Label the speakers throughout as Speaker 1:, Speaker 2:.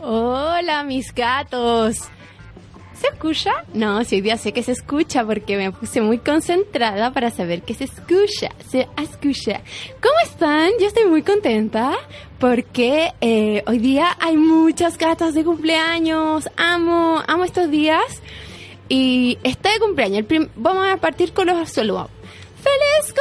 Speaker 1: Hola, mis gatos. ¿Se escucha? No, si hoy día sé que se escucha porque me puse muy concentrada para saber que se escucha, se escucha. ¿Cómo están? Yo estoy muy contenta porque eh, hoy día hay muchas gatas de cumpleaños. Amo, amo estos días. Y está de cumpleaños. El prim- Vamos a partir con los saludos. ¡Feliz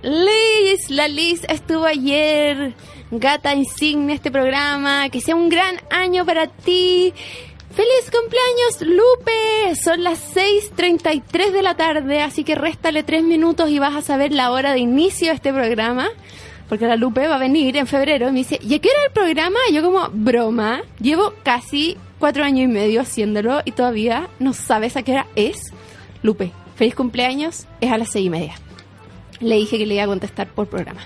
Speaker 1: cumpleaños! Liz, la Liz estuvo ayer. Gata insignia este programa. Que sea un gran año para ti. ¡Feliz cumpleaños, Lupe! Son las 6.33 de la tarde, así que réstale tres minutos y vas a saber la hora de inicio de este programa. Porque la Lupe va a venir en febrero y me dice, ¿ya qué hora el programa? Y Yo como, broma, llevo casi cuatro años y medio haciéndolo y todavía no sabes a qué hora es. Lupe, feliz cumpleaños, es a las seis y media. Le dije que le iba a contestar por programa.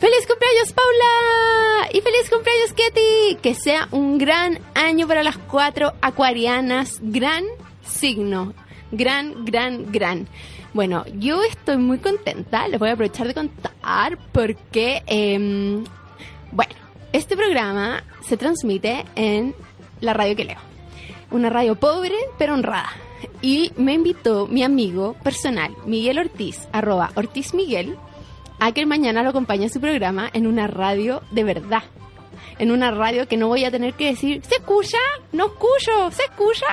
Speaker 1: ¡Feliz cumpleaños, Paula! ¡Y feliz cumpleaños, Ketty! Que sea un gran año para las cuatro acuarianas. Gran signo. Gran, gran, gran. Bueno, yo estoy muy contenta. Les voy a aprovechar de contar porque, em, bueno, este programa se transmite en la radio que leo una radio pobre pero honrada. Y me invitó mi amigo personal, Miguel Ortiz, arroba Ortiz Miguel, a que mañana lo acompañe a su programa en una radio de verdad. En una radio que no voy a tener que decir, ¿se escucha? ¿No escucho? ¿Se escucha?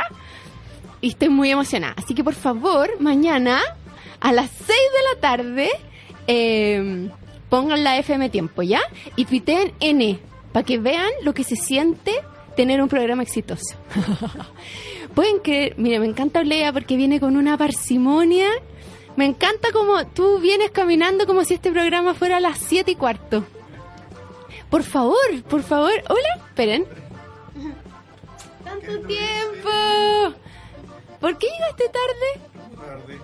Speaker 1: Y estoy muy emocionada. Así que por favor, mañana a las 6 de la tarde, eh, pongan la FM Tiempo, ¿ya? Y tuiteen N, para que vean lo que se siente tener un programa exitoso. Pueden creer, mire, me encanta Olea porque viene con una parsimonia. Me encanta como tú vienes caminando como si este programa fuera a las 7 y cuarto. Por favor, por favor. Hola, esperen. ¡Tanto tiempo! ¿Por qué llegaste tarde?
Speaker 2: tarde.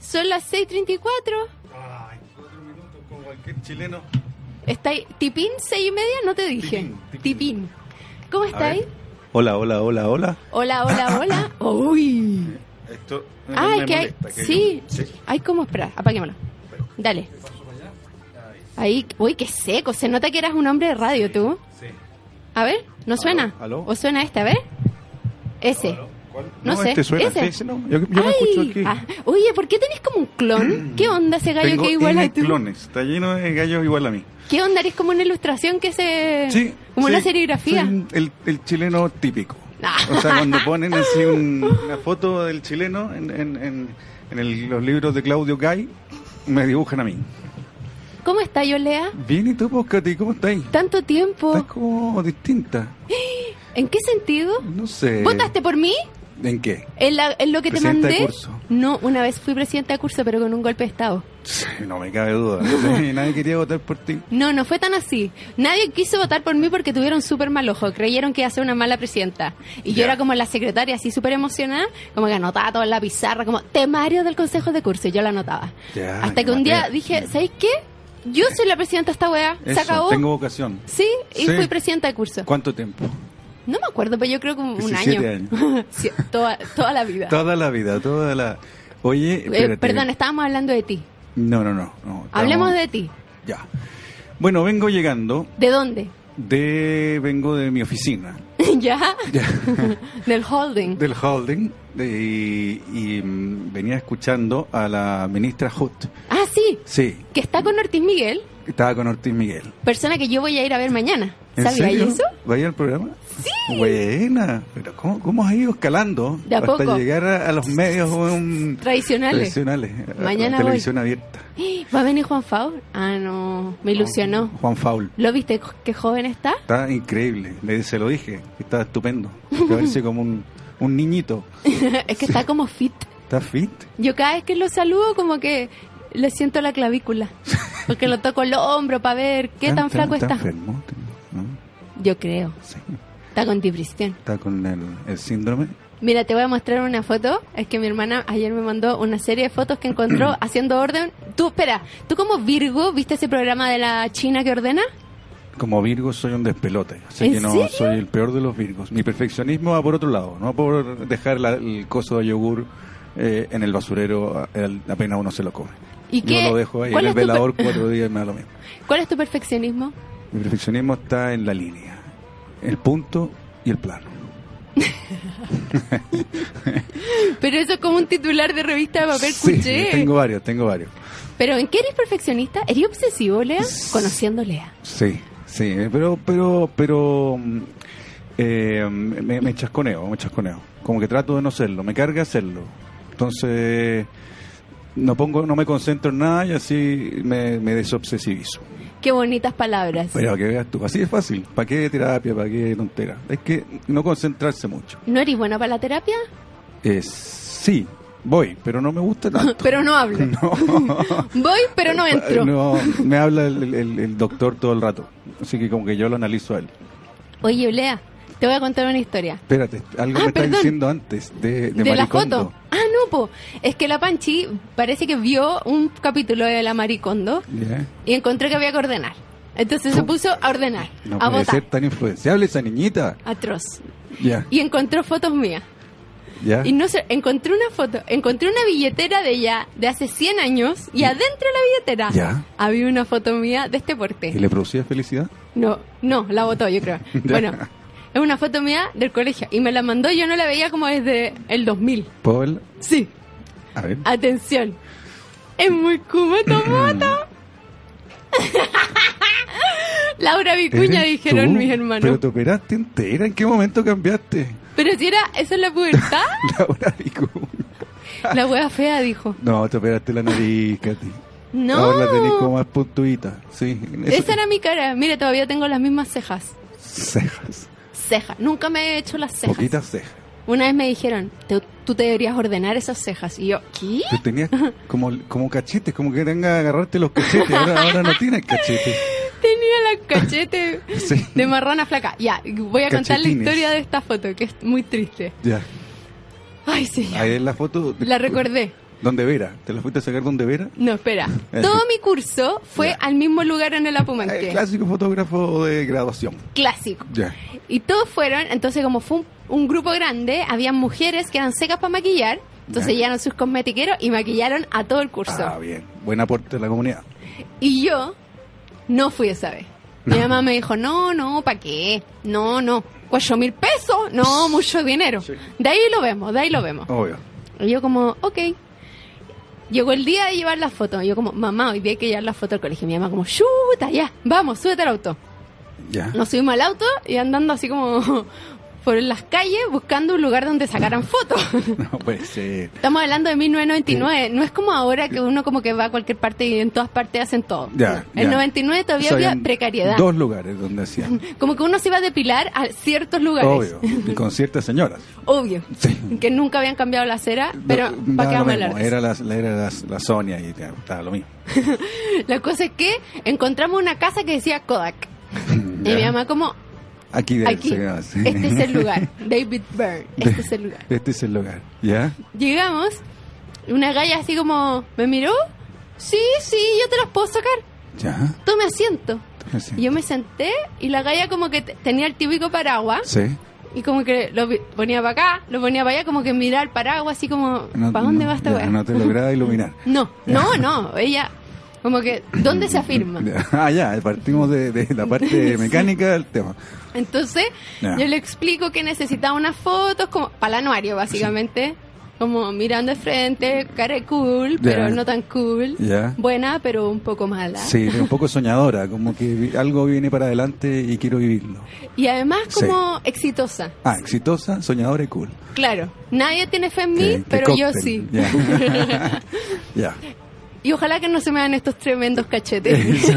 Speaker 1: Son las 6.34.
Speaker 2: Ay, cuatro minutos como cualquier chileno.
Speaker 1: ¿Estáis tipín, seis y media? No te dije. Tipín.
Speaker 2: Tipín, tipín.
Speaker 1: ¿Cómo estáis?
Speaker 2: ver. Hola, hola, hola, hola.
Speaker 1: Hola, hola, hola. Uy.
Speaker 2: Esto eh,
Speaker 1: Ah,
Speaker 2: me
Speaker 1: que hay.
Speaker 2: molesta, que-
Speaker 1: Sí. Hay como esperar. Apaguémoslo. Dale. Ahí. Uy, qué seco. Se nota que eras un hombre de radio tú.
Speaker 2: Sí.
Speaker 1: A ver, ¿no suena?
Speaker 2: aló.
Speaker 1: ¿O suena este? A ver. Ese.
Speaker 2: ¿Cuál?
Speaker 1: No sé.
Speaker 2: Este suena,
Speaker 1: Ese.
Speaker 2: sí, ese no. Yo, yo me
Speaker 1: Ay.
Speaker 2: escucho aquí.
Speaker 1: Ah, oye, ¿por qué tenés como un clon? ¿Qué onda ese gallo
Speaker 2: Tengo
Speaker 1: que es igual
Speaker 2: N
Speaker 1: a tú?
Speaker 2: clones. Está lleno de gallos igual a mí.
Speaker 1: ¿Qué onda? Eres como una ilustración que se...
Speaker 2: Sí.
Speaker 1: Eh, Como
Speaker 2: sí,
Speaker 1: una serigrafía.
Speaker 2: soy El, el chileno típico.
Speaker 1: Ah.
Speaker 2: O sea, cuando ponen así un- una foto del chileno en, en, en, en el- los libros de Claudio Gay, me dibujan a mí.
Speaker 1: ¿Cómo está, Yolea?
Speaker 2: Bien, ¿y tú, pues, Katy? ¿Cómo estás?
Speaker 1: Tanto tiempo.
Speaker 2: Estás como distinta.
Speaker 1: ¿En qué sentido?
Speaker 2: No sé.
Speaker 1: ¿Votaste por mí?
Speaker 2: ¿En qué?
Speaker 1: ¿En, la- en lo que te
Speaker 2: Presidenta de
Speaker 1: mandé?
Speaker 2: curso.
Speaker 1: No, una vez fui presidenta de curso, pero con un golpe de Estado.
Speaker 2: Sí, No me cabe duda. Sí, nadie quería votar por ti.
Speaker 1: No, no fue tan así. Nadie quiso votar por mí porque tuvieron súper mal ojo. Creyeron que iba a ser una mala presidenta. Y yo
Speaker 2: Ya.
Speaker 1: era como la secretaria, así súper emocionada, como que anotaba todo en la pizarra, como temario del consejo de curso. Y yo la anotaba.
Speaker 2: Ya,
Speaker 1: Hasta
Speaker 2: qué
Speaker 1: que un día
Speaker 2: materia.
Speaker 1: dije, ¿sabéis qué? Yo soy la presidenta de esta weá. Se
Speaker 2: Eso,
Speaker 1: acabó.
Speaker 2: Tengo vocación.
Speaker 1: Sí, y
Speaker 2: Sí.
Speaker 1: fui presidenta de curso.
Speaker 2: ¿Cuánto tiempo?
Speaker 1: No me acuerdo, pero yo creo que un un año.
Speaker 2: 17
Speaker 1: Sí, toda, toda la vida.
Speaker 2: Toda la vida, toda la. Oye,
Speaker 1: Eh,
Speaker 2: espérate.
Speaker 1: perdón, estábamos hablando de ti.
Speaker 2: No, no, no. no,
Speaker 1: Hablemos
Speaker 2: estamos-
Speaker 1: de ti.
Speaker 2: Ya. Bueno, vengo llegando
Speaker 1: ¿De dónde?
Speaker 2: de. Vengo de mi oficina,
Speaker 1: ¿Ya? Del holding.
Speaker 2: del holding, de- y, y, mm, venía escuchando a la ministra Hood.
Speaker 1: Ah, sí.
Speaker 2: Sí.
Speaker 1: Que está con Ortiz Miguel.
Speaker 2: Estaba con Ortiz Miguel.
Speaker 1: Persona que yo voy a ir a ver mañana.
Speaker 2: ¿En
Speaker 1: ¿Sabía
Speaker 2: serio?
Speaker 1: eso?
Speaker 2: ¿Vaya al programa? Sí. Buena. Pero ¿cómo, cómo has ido escalando
Speaker 1: De a
Speaker 2: hasta
Speaker 1: poco.
Speaker 2: llegar a, a los medios um,
Speaker 1: Tradicionales.
Speaker 2: tradicionales? a- a
Speaker 1: Mañana voy.
Speaker 2: televisión abierta.
Speaker 1: ¿Va a venir Juan Faur? Ah, no. Me ilusionó.
Speaker 2: Juan Faul.
Speaker 1: ¿Lo viste qué joven está?
Speaker 2: Está increíble. Le, se lo dije. Está estupendo. Parece como un, un niñito.
Speaker 1: es que está como fit.
Speaker 2: Está fit.
Speaker 1: Yo cada vez que lo saludo como que le siento la clavícula. Porque lo toco el hombro para ver qué tan, flaco
Speaker 2: está.
Speaker 1: está.
Speaker 2: enfermo, ¿no?
Speaker 1: Yo creo.
Speaker 2: Sí.
Speaker 1: Está con depresión.
Speaker 2: Está con el, el síndrome.
Speaker 1: Mira, te voy a mostrar una foto. Es que mi hermana ayer me mandó una serie de fotos que encontró haciendo orden. Tú, espera, ¿tú como Virgo viste ese programa de la China que ordena?
Speaker 2: Como Virgo soy un despelote, así
Speaker 1: ¿En
Speaker 2: que no
Speaker 1: serio?
Speaker 2: soy el peor de los Virgos. Mi perfeccionismo va por otro lado, no por dejar la- el coso de yogur eh, en el basurero a- el- apenas uno se lo come.
Speaker 1: ¿Y qué-
Speaker 2: Yo lo dejo ahí en
Speaker 1: cuál
Speaker 2: el
Speaker 1: es tu per-
Speaker 2: velador cuatro días y me da lo mismo.
Speaker 1: ¿Cuál es tu perfeccionismo?
Speaker 2: Mi perfeccionismo está en la línea, el punto y el plano.
Speaker 1: Pero eso es como un titular de revista de papel
Speaker 2: Sí,
Speaker 1: cuché.
Speaker 2: tengo varios, tengo varios.
Speaker 1: Pero ¿en qué eres perfeccionista? ¿Eres obsesivo, Lea? Conociendo Lea.
Speaker 2: Sí, sí, eh, pero, pero, pero mm, eh, me, me chasconeo, me chasconeo. Como que trato de no serlo, me carga hacerlo. Entonces no pongo, no me concentro en nada y así me, me desobsesivizo.
Speaker 1: Qué bonitas palabras.
Speaker 2: Pero que veas tú, así es fácil. ¿Para qué terapia? ¿Para qué tontera? Es que no concentrarse mucho.
Speaker 1: ¿No eres buena para la terapia?
Speaker 2: Es, sí, voy, pero no me gusta tanto.
Speaker 1: Pero no hablo.
Speaker 2: No.
Speaker 1: Voy, pero no entro.
Speaker 2: No, me habla el, el- el doctor todo el rato. Así que como que yo lo analizo a él.
Speaker 1: Oye, Lea, te voy a contar una historia.
Speaker 2: Espérate, algo
Speaker 1: Ah,
Speaker 2: me estás
Speaker 1: perdón.
Speaker 2: diciendo antes de, de,
Speaker 1: de la
Speaker 2: Maricondo.
Speaker 1: foto. Ah, no, po. Es que la Panchi parece que vio un capítulo de la Maricondo
Speaker 2: Ya.
Speaker 1: y encontró que había que ordenar. Entonces se puso a ordenar,
Speaker 2: No
Speaker 1: a
Speaker 2: puede
Speaker 1: votar.
Speaker 2: ser tan influenciable esa niñita.
Speaker 1: Atroz.
Speaker 2: Ya,
Speaker 1: Y encontró fotos mías.
Speaker 2: ya.
Speaker 1: Y no sé, encontré una foto, encontré una billetera de ella de hace 100 años y adentro de la billetera
Speaker 2: Ya.
Speaker 1: había una foto mía de este porte.
Speaker 2: ¿Y le producía felicidad?
Speaker 1: No, no, la votó, yo creo. Bueno, es una foto mía del colegio y me la mandó, yo no la veía como desde el 2000.
Speaker 2: ¿Puedo verla?
Speaker 1: Sí,
Speaker 2: A ver.
Speaker 1: Ah, atención. Es muy cumoto moto. Laura Vicuña
Speaker 2: ¿Eres
Speaker 1: dijeron
Speaker 2: tú?
Speaker 1: mis hermanos.
Speaker 2: Pero
Speaker 1: Pero,
Speaker 2: te operaste entera. ¿En qué momento cambiaste?
Speaker 1: si era, eso es la pubertad,
Speaker 2: Laura Vicuña.
Speaker 1: la hueá fea dijo.
Speaker 2: No, te operaste la nariz, Katy.
Speaker 1: No.
Speaker 2: Ahora Ah, la tenés como más puntuita. Sí. eso-
Speaker 1: Esa era mi cara. Mira, todavía tengo las mismas cejas.
Speaker 2: Cejas.
Speaker 1: Cejas. Nunca me he hecho las cejas.
Speaker 2: Poquitas cejas.
Speaker 1: Una vez me dijeron, "Te- tú te deberías ordenar esas cejas. Y yo, ¿qué?
Speaker 2: Pero tenías como, como cachetes, como que tenga que agarrarte los cachetes. Ahora, ahora no tienes cachetes.
Speaker 1: Tenía la cachete
Speaker 2: Sí.
Speaker 1: de marrana flaca. Ya, voy a contar la
Speaker 2: Cachetines.
Speaker 1: historia de esta foto, que es muy triste.
Speaker 2: Ya.
Speaker 1: Ay, sí.
Speaker 2: Ahí es la foto.
Speaker 1: La recordé.
Speaker 2: ¿Dónde Vera? ¿Te la fuiste a sacar donde Vera?
Speaker 1: No, espera. Todo mi curso fue
Speaker 2: Ya. Eh,
Speaker 1: al mismo lugar en el
Speaker 2: El
Speaker 1: Apumanque.
Speaker 2: clásico fotógrafo de graduación.
Speaker 1: Clásico.
Speaker 2: Ya.
Speaker 1: Y todos fueron, entonces como fue un, un grupo grande, había mujeres que eran secas para maquillar, entonces
Speaker 2: Ya.
Speaker 1: llevaron sus cosmetiqueros y maquillaron a todo el curso.
Speaker 2: Ah, bien. Buen aporte a la comunidad.
Speaker 1: Y yo no fui esa vez. Mi
Speaker 2: No.
Speaker 1: mamá me dijo, no, no, ¿para qué? No, no. Cuatro mil pesos, no, mucho dinero. De ahí lo vemos, de ahí lo vemos.
Speaker 2: Obvio.
Speaker 1: Y yo como, ok. Llegó el día de llevar la foto. Y yo como, mamá, hoy día hay que llevar la foto al colegio. Mi mamá como, chuta, ya, vamos, súbete al auto.
Speaker 2: Ya.
Speaker 1: Nos subimos al auto y andando así como por las calles buscando un lugar donde sacaran fotos.
Speaker 2: No puede ser.
Speaker 1: Estamos hablando de 1999. No es como ahora que uno como que va a cualquier parte y en todas partes hacen todo.
Speaker 2: Ya,
Speaker 1: en
Speaker 2: ya.
Speaker 1: 99 todavía
Speaker 2: O sea,
Speaker 1: había
Speaker 2: habían
Speaker 1: precariedad.
Speaker 2: Dos lugares donde hacían.
Speaker 1: Como que uno se iba a depilar a ciertos lugares.
Speaker 2: Obvio. Y con ciertas señoras.
Speaker 1: Obvio.
Speaker 2: Sí.
Speaker 1: Que nunca habían cambiado la cera, pero
Speaker 2: No,
Speaker 1: ¿para
Speaker 2: da
Speaker 1: qué vamos a
Speaker 2: lo mismo.
Speaker 1: hablar de eso?
Speaker 2: Era, la, la- era la, la Sonia y ya, estaba lo mismo.
Speaker 1: La cosa es que encontramos una casa que decía Kodak. Y
Speaker 2: Ya.
Speaker 1: mi mamá como,
Speaker 2: Aquí de
Speaker 1: aquí,
Speaker 2: se graba, sí.
Speaker 1: este es el lugar. David Byrne, este es el lugar.
Speaker 2: Este es el lugar. ¿Ya?
Speaker 1: Llegamos, y una galla así como, ¿me miró? Sí, sí, yo te las puedo sacar.
Speaker 2: ¿Ya?
Speaker 1: Tome asiento.
Speaker 2: Así.
Speaker 1: Y yo me senté y la galla como que te- tenía el típico paraguas
Speaker 2: Sí.
Speaker 1: y como que lo vi- ponía para acá, lo ponía para allá, como que mirar el paraguas así como,
Speaker 2: No-
Speaker 1: ¿para dónde
Speaker 2: no,
Speaker 1: va esta
Speaker 2: ya,
Speaker 1: weá?
Speaker 2: No te lograba iluminar.
Speaker 1: no, no, no, ella como que, ¿dónde se afirma?
Speaker 2: Ah, ya, partimos de, de la parte mecánica del tema.
Speaker 1: Entonces,
Speaker 2: Ya.
Speaker 1: yo le explico que necesitaba unas fotos como para el anuario, básicamente. como mirando de frente, cara de cool, pero
Speaker 2: Ya.
Speaker 1: no tan cool.
Speaker 2: Ya.
Speaker 1: Buena, pero un poco mala.
Speaker 2: Sí, pero un poco soñadora, como que vi- algo viene para adelante y quiero vivirlo.
Speaker 1: Y además
Speaker 2: Sí.
Speaker 1: como exitosa.
Speaker 2: Ah, exitosa, soñadora y cool.
Speaker 1: Claro, nadie tiene fe en mí,
Speaker 2: Qué- qué
Speaker 1: pero yo
Speaker 2: cóctel.
Speaker 1: sí.
Speaker 2: Ya. Ya.
Speaker 1: Y ojalá que no se me dan estos tremendos cachetes.
Speaker 2: Eso.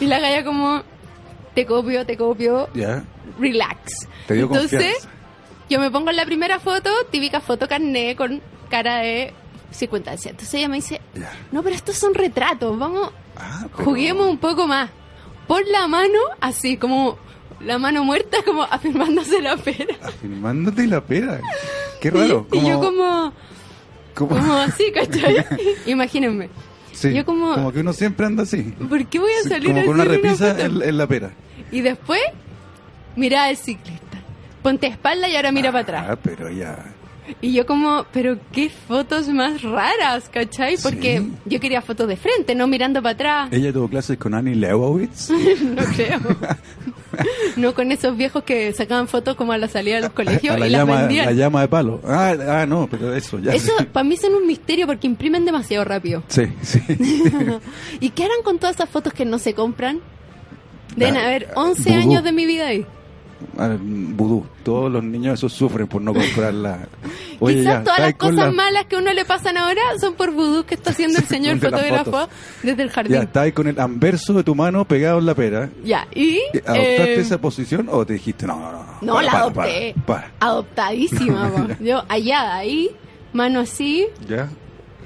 Speaker 1: y la galla como, te copio, te copio,
Speaker 2: Ya.
Speaker 1: relax.
Speaker 2: Te dio
Speaker 1: Entonces,
Speaker 2: confianza.
Speaker 1: yo me pongo en la primera foto, típica foto carné con cara de circunstancia. Entonces ella me dice,
Speaker 2: Ya.
Speaker 1: no, pero estos son retratos, vamos,
Speaker 2: Ah, pero-
Speaker 1: juguemos un poco más. Pon la mano así, como la mano muerta, como afirmándose la pera.
Speaker 2: Afirmándote la pera. Qué raro.
Speaker 1: Y, y yo como,
Speaker 2: como-
Speaker 1: como así, ¿cachai? Imagínenme.
Speaker 2: Sí,
Speaker 1: yo como-
Speaker 2: que uno siempre anda así.
Speaker 1: ¿Por qué voy a
Speaker 2: Sí,
Speaker 1: salir
Speaker 2: como
Speaker 1: a
Speaker 2: con una
Speaker 1: hacer
Speaker 2: repisa
Speaker 1: foto?
Speaker 2: en, en la pera.
Speaker 1: Y después, mira al ciclista. Ponte espalda y ahora mira para atrás.
Speaker 2: Ah, pero ya.
Speaker 1: Y yo como, pero qué fotos más raras, ¿cachai? Porque
Speaker 2: Sí.
Speaker 1: yo quería fotos de frente, no mirando para atrás.
Speaker 2: Ella tuvo clases con Annie Leibovitz.
Speaker 1: No creo. no con esos viejos que sacaban fotos como a la salida de los colegios
Speaker 2: A la,
Speaker 1: y las
Speaker 2: llama,
Speaker 1: vendían.
Speaker 2: la llama de palo. Ah, ah, no, pero eso ya.
Speaker 1: Eso para mí son un misterio porque imprimen demasiado rápido.
Speaker 2: Sí, sí.
Speaker 1: ¿Y qué harán con todas esas fotos que no se compran? Deben
Speaker 2: Ah,
Speaker 1: haber
Speaker 2: ah,
Speaker 1: 11
Speaker 2: vudú.
Speaker 1: años de mi vida ahí.
Speaker 2: Ah, Vudú. Todos los niños esos sufren por no comprarla.
Speaker 1: Quizás todas las
Speaker 2: estáis con
Speaker 1: cosas
Speaker 2: la-
Speaker 1: malas que a uno le pasan ahora son por vudú que está haciendo el
Speaker 2: Sí,
Speaker 1: señor
Speaker 2: de las
Speaker 1: fotógrafo
Speaker 2: fotos.
Speaker 1: desde el
Speaker 2: Ya,
Speaker 1: jardín.
Speaker 2: está ahí con el anverso de tu mano pegado en la pera.
Speaker 1: Ya, y...
Speaker 2: ¿Adoptaste
Speaker 1: eh,
Speaker 2: esa posición o te dijiste no, no, no?
Speaker 1: No,
Speaker 2: para,
Speaker 1: la
Speaker 2: para,
Speaker 1: adopté.
Speaker 2: Para,
Speaker 1: Adoptadísima, po. Yo allá, ahí, mano así.
Speaker 2: para. ¿Ya?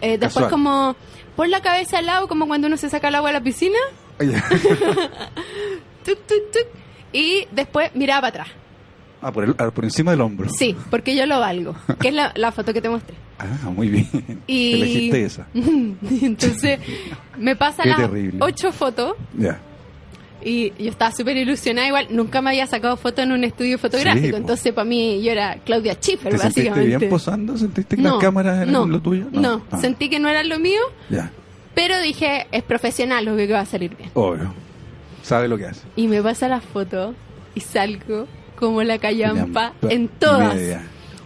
Speaker 1: eh, después
Speaker 2: Casual.
Speaker 1: como... Pon la cabeza al lado, como cuando uno se saca el agua de la piscina.
Speaker 2: Ya.
Speaker 1: Tuc, tuc, tuc. Y después miraba para atrás.
Speaker 2: Ah, por, el- ah, por encima del hombro.
Speaker 1: Sí, porque yo lo valgo. Que es la, la foto que te mostré.
Speaker 2: Ah, muy bien.
Speaker 1: Y...
Speaker 2: Elegiste esa.
Speaker 1: Entonces, me pasa
Speaker 2: Qué
Speaker 1: las
Speaker 2: terrible.
Speaker 1: ocho fotos.
Speaker 2: Ya.
Speaker 1: Y yo estaba súper ilusionada, igual nunca me había sacado foto en un estudio fotográfico,
Speaker 2: Sí, po.
Speaker 1: entonces para mí yo era Claudia Schiffer,
Speaker 2: ¿Te sentiste
Speaker 1: básicamente.
Speaker 2: bien posando? ¿Sentiste que las cámaras eran
Speaker 1: no,
Speaker 2: lo tuyo?
Speaker 1: No,
Speaker 2: Ah,
Speaker 1: sentí que no era lo mío,
Speaker 2: Ya,
Speaker 1: pero dije, es profesional, lo que va a salir bien.
Speaker 2: obvio. Sabe lo que hace.
Speaker 1: Y me pasa la foto y salgo como la callampa
Speaker 2: Ya,
Speaker 1: en todas.
Speaker 2: media.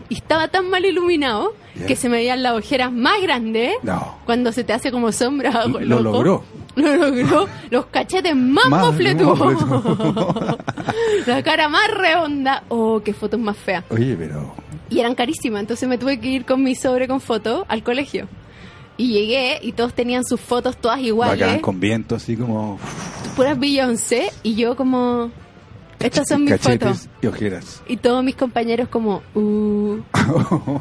Speaker 1: Y estaba tan mal iluminado
Speaker 2: Ya.
Speaker 1: que se me veían las ojeras más grandes
Speaker 2: No.
Speaker 1: cuando se te hace como sombra. bajo el
Speaker 2: Lo
Speaker 1: ojo.
Speaker 2: logró.
Speaker 1: Lo logró. Los cachetes más
Speaker 2: Más
Speaker 1: mofletudos.
Speaker 2: mofletudos.
Speaker 1: La cara más redonda. Oh, qué fotos más feas.
Speaker 2: Oye, pero.
Speaker 1: Y eran carísimas, entonces me tuve que ir con mi sobre con fotos al colegio. Y llegué y todos tenían sus fotos todas
Speaker 2: Bacán,
Speaker 1: iguales,
Speaker 2: con viento así como.
Speaker 1: puras Beyoncé, y yo como, estas son mis
Speaker 2: cachetes
Speaker 1: fotos.
Speaker 2: y ojeras.
Speaker 1: Y todos mis compañeros como, uh,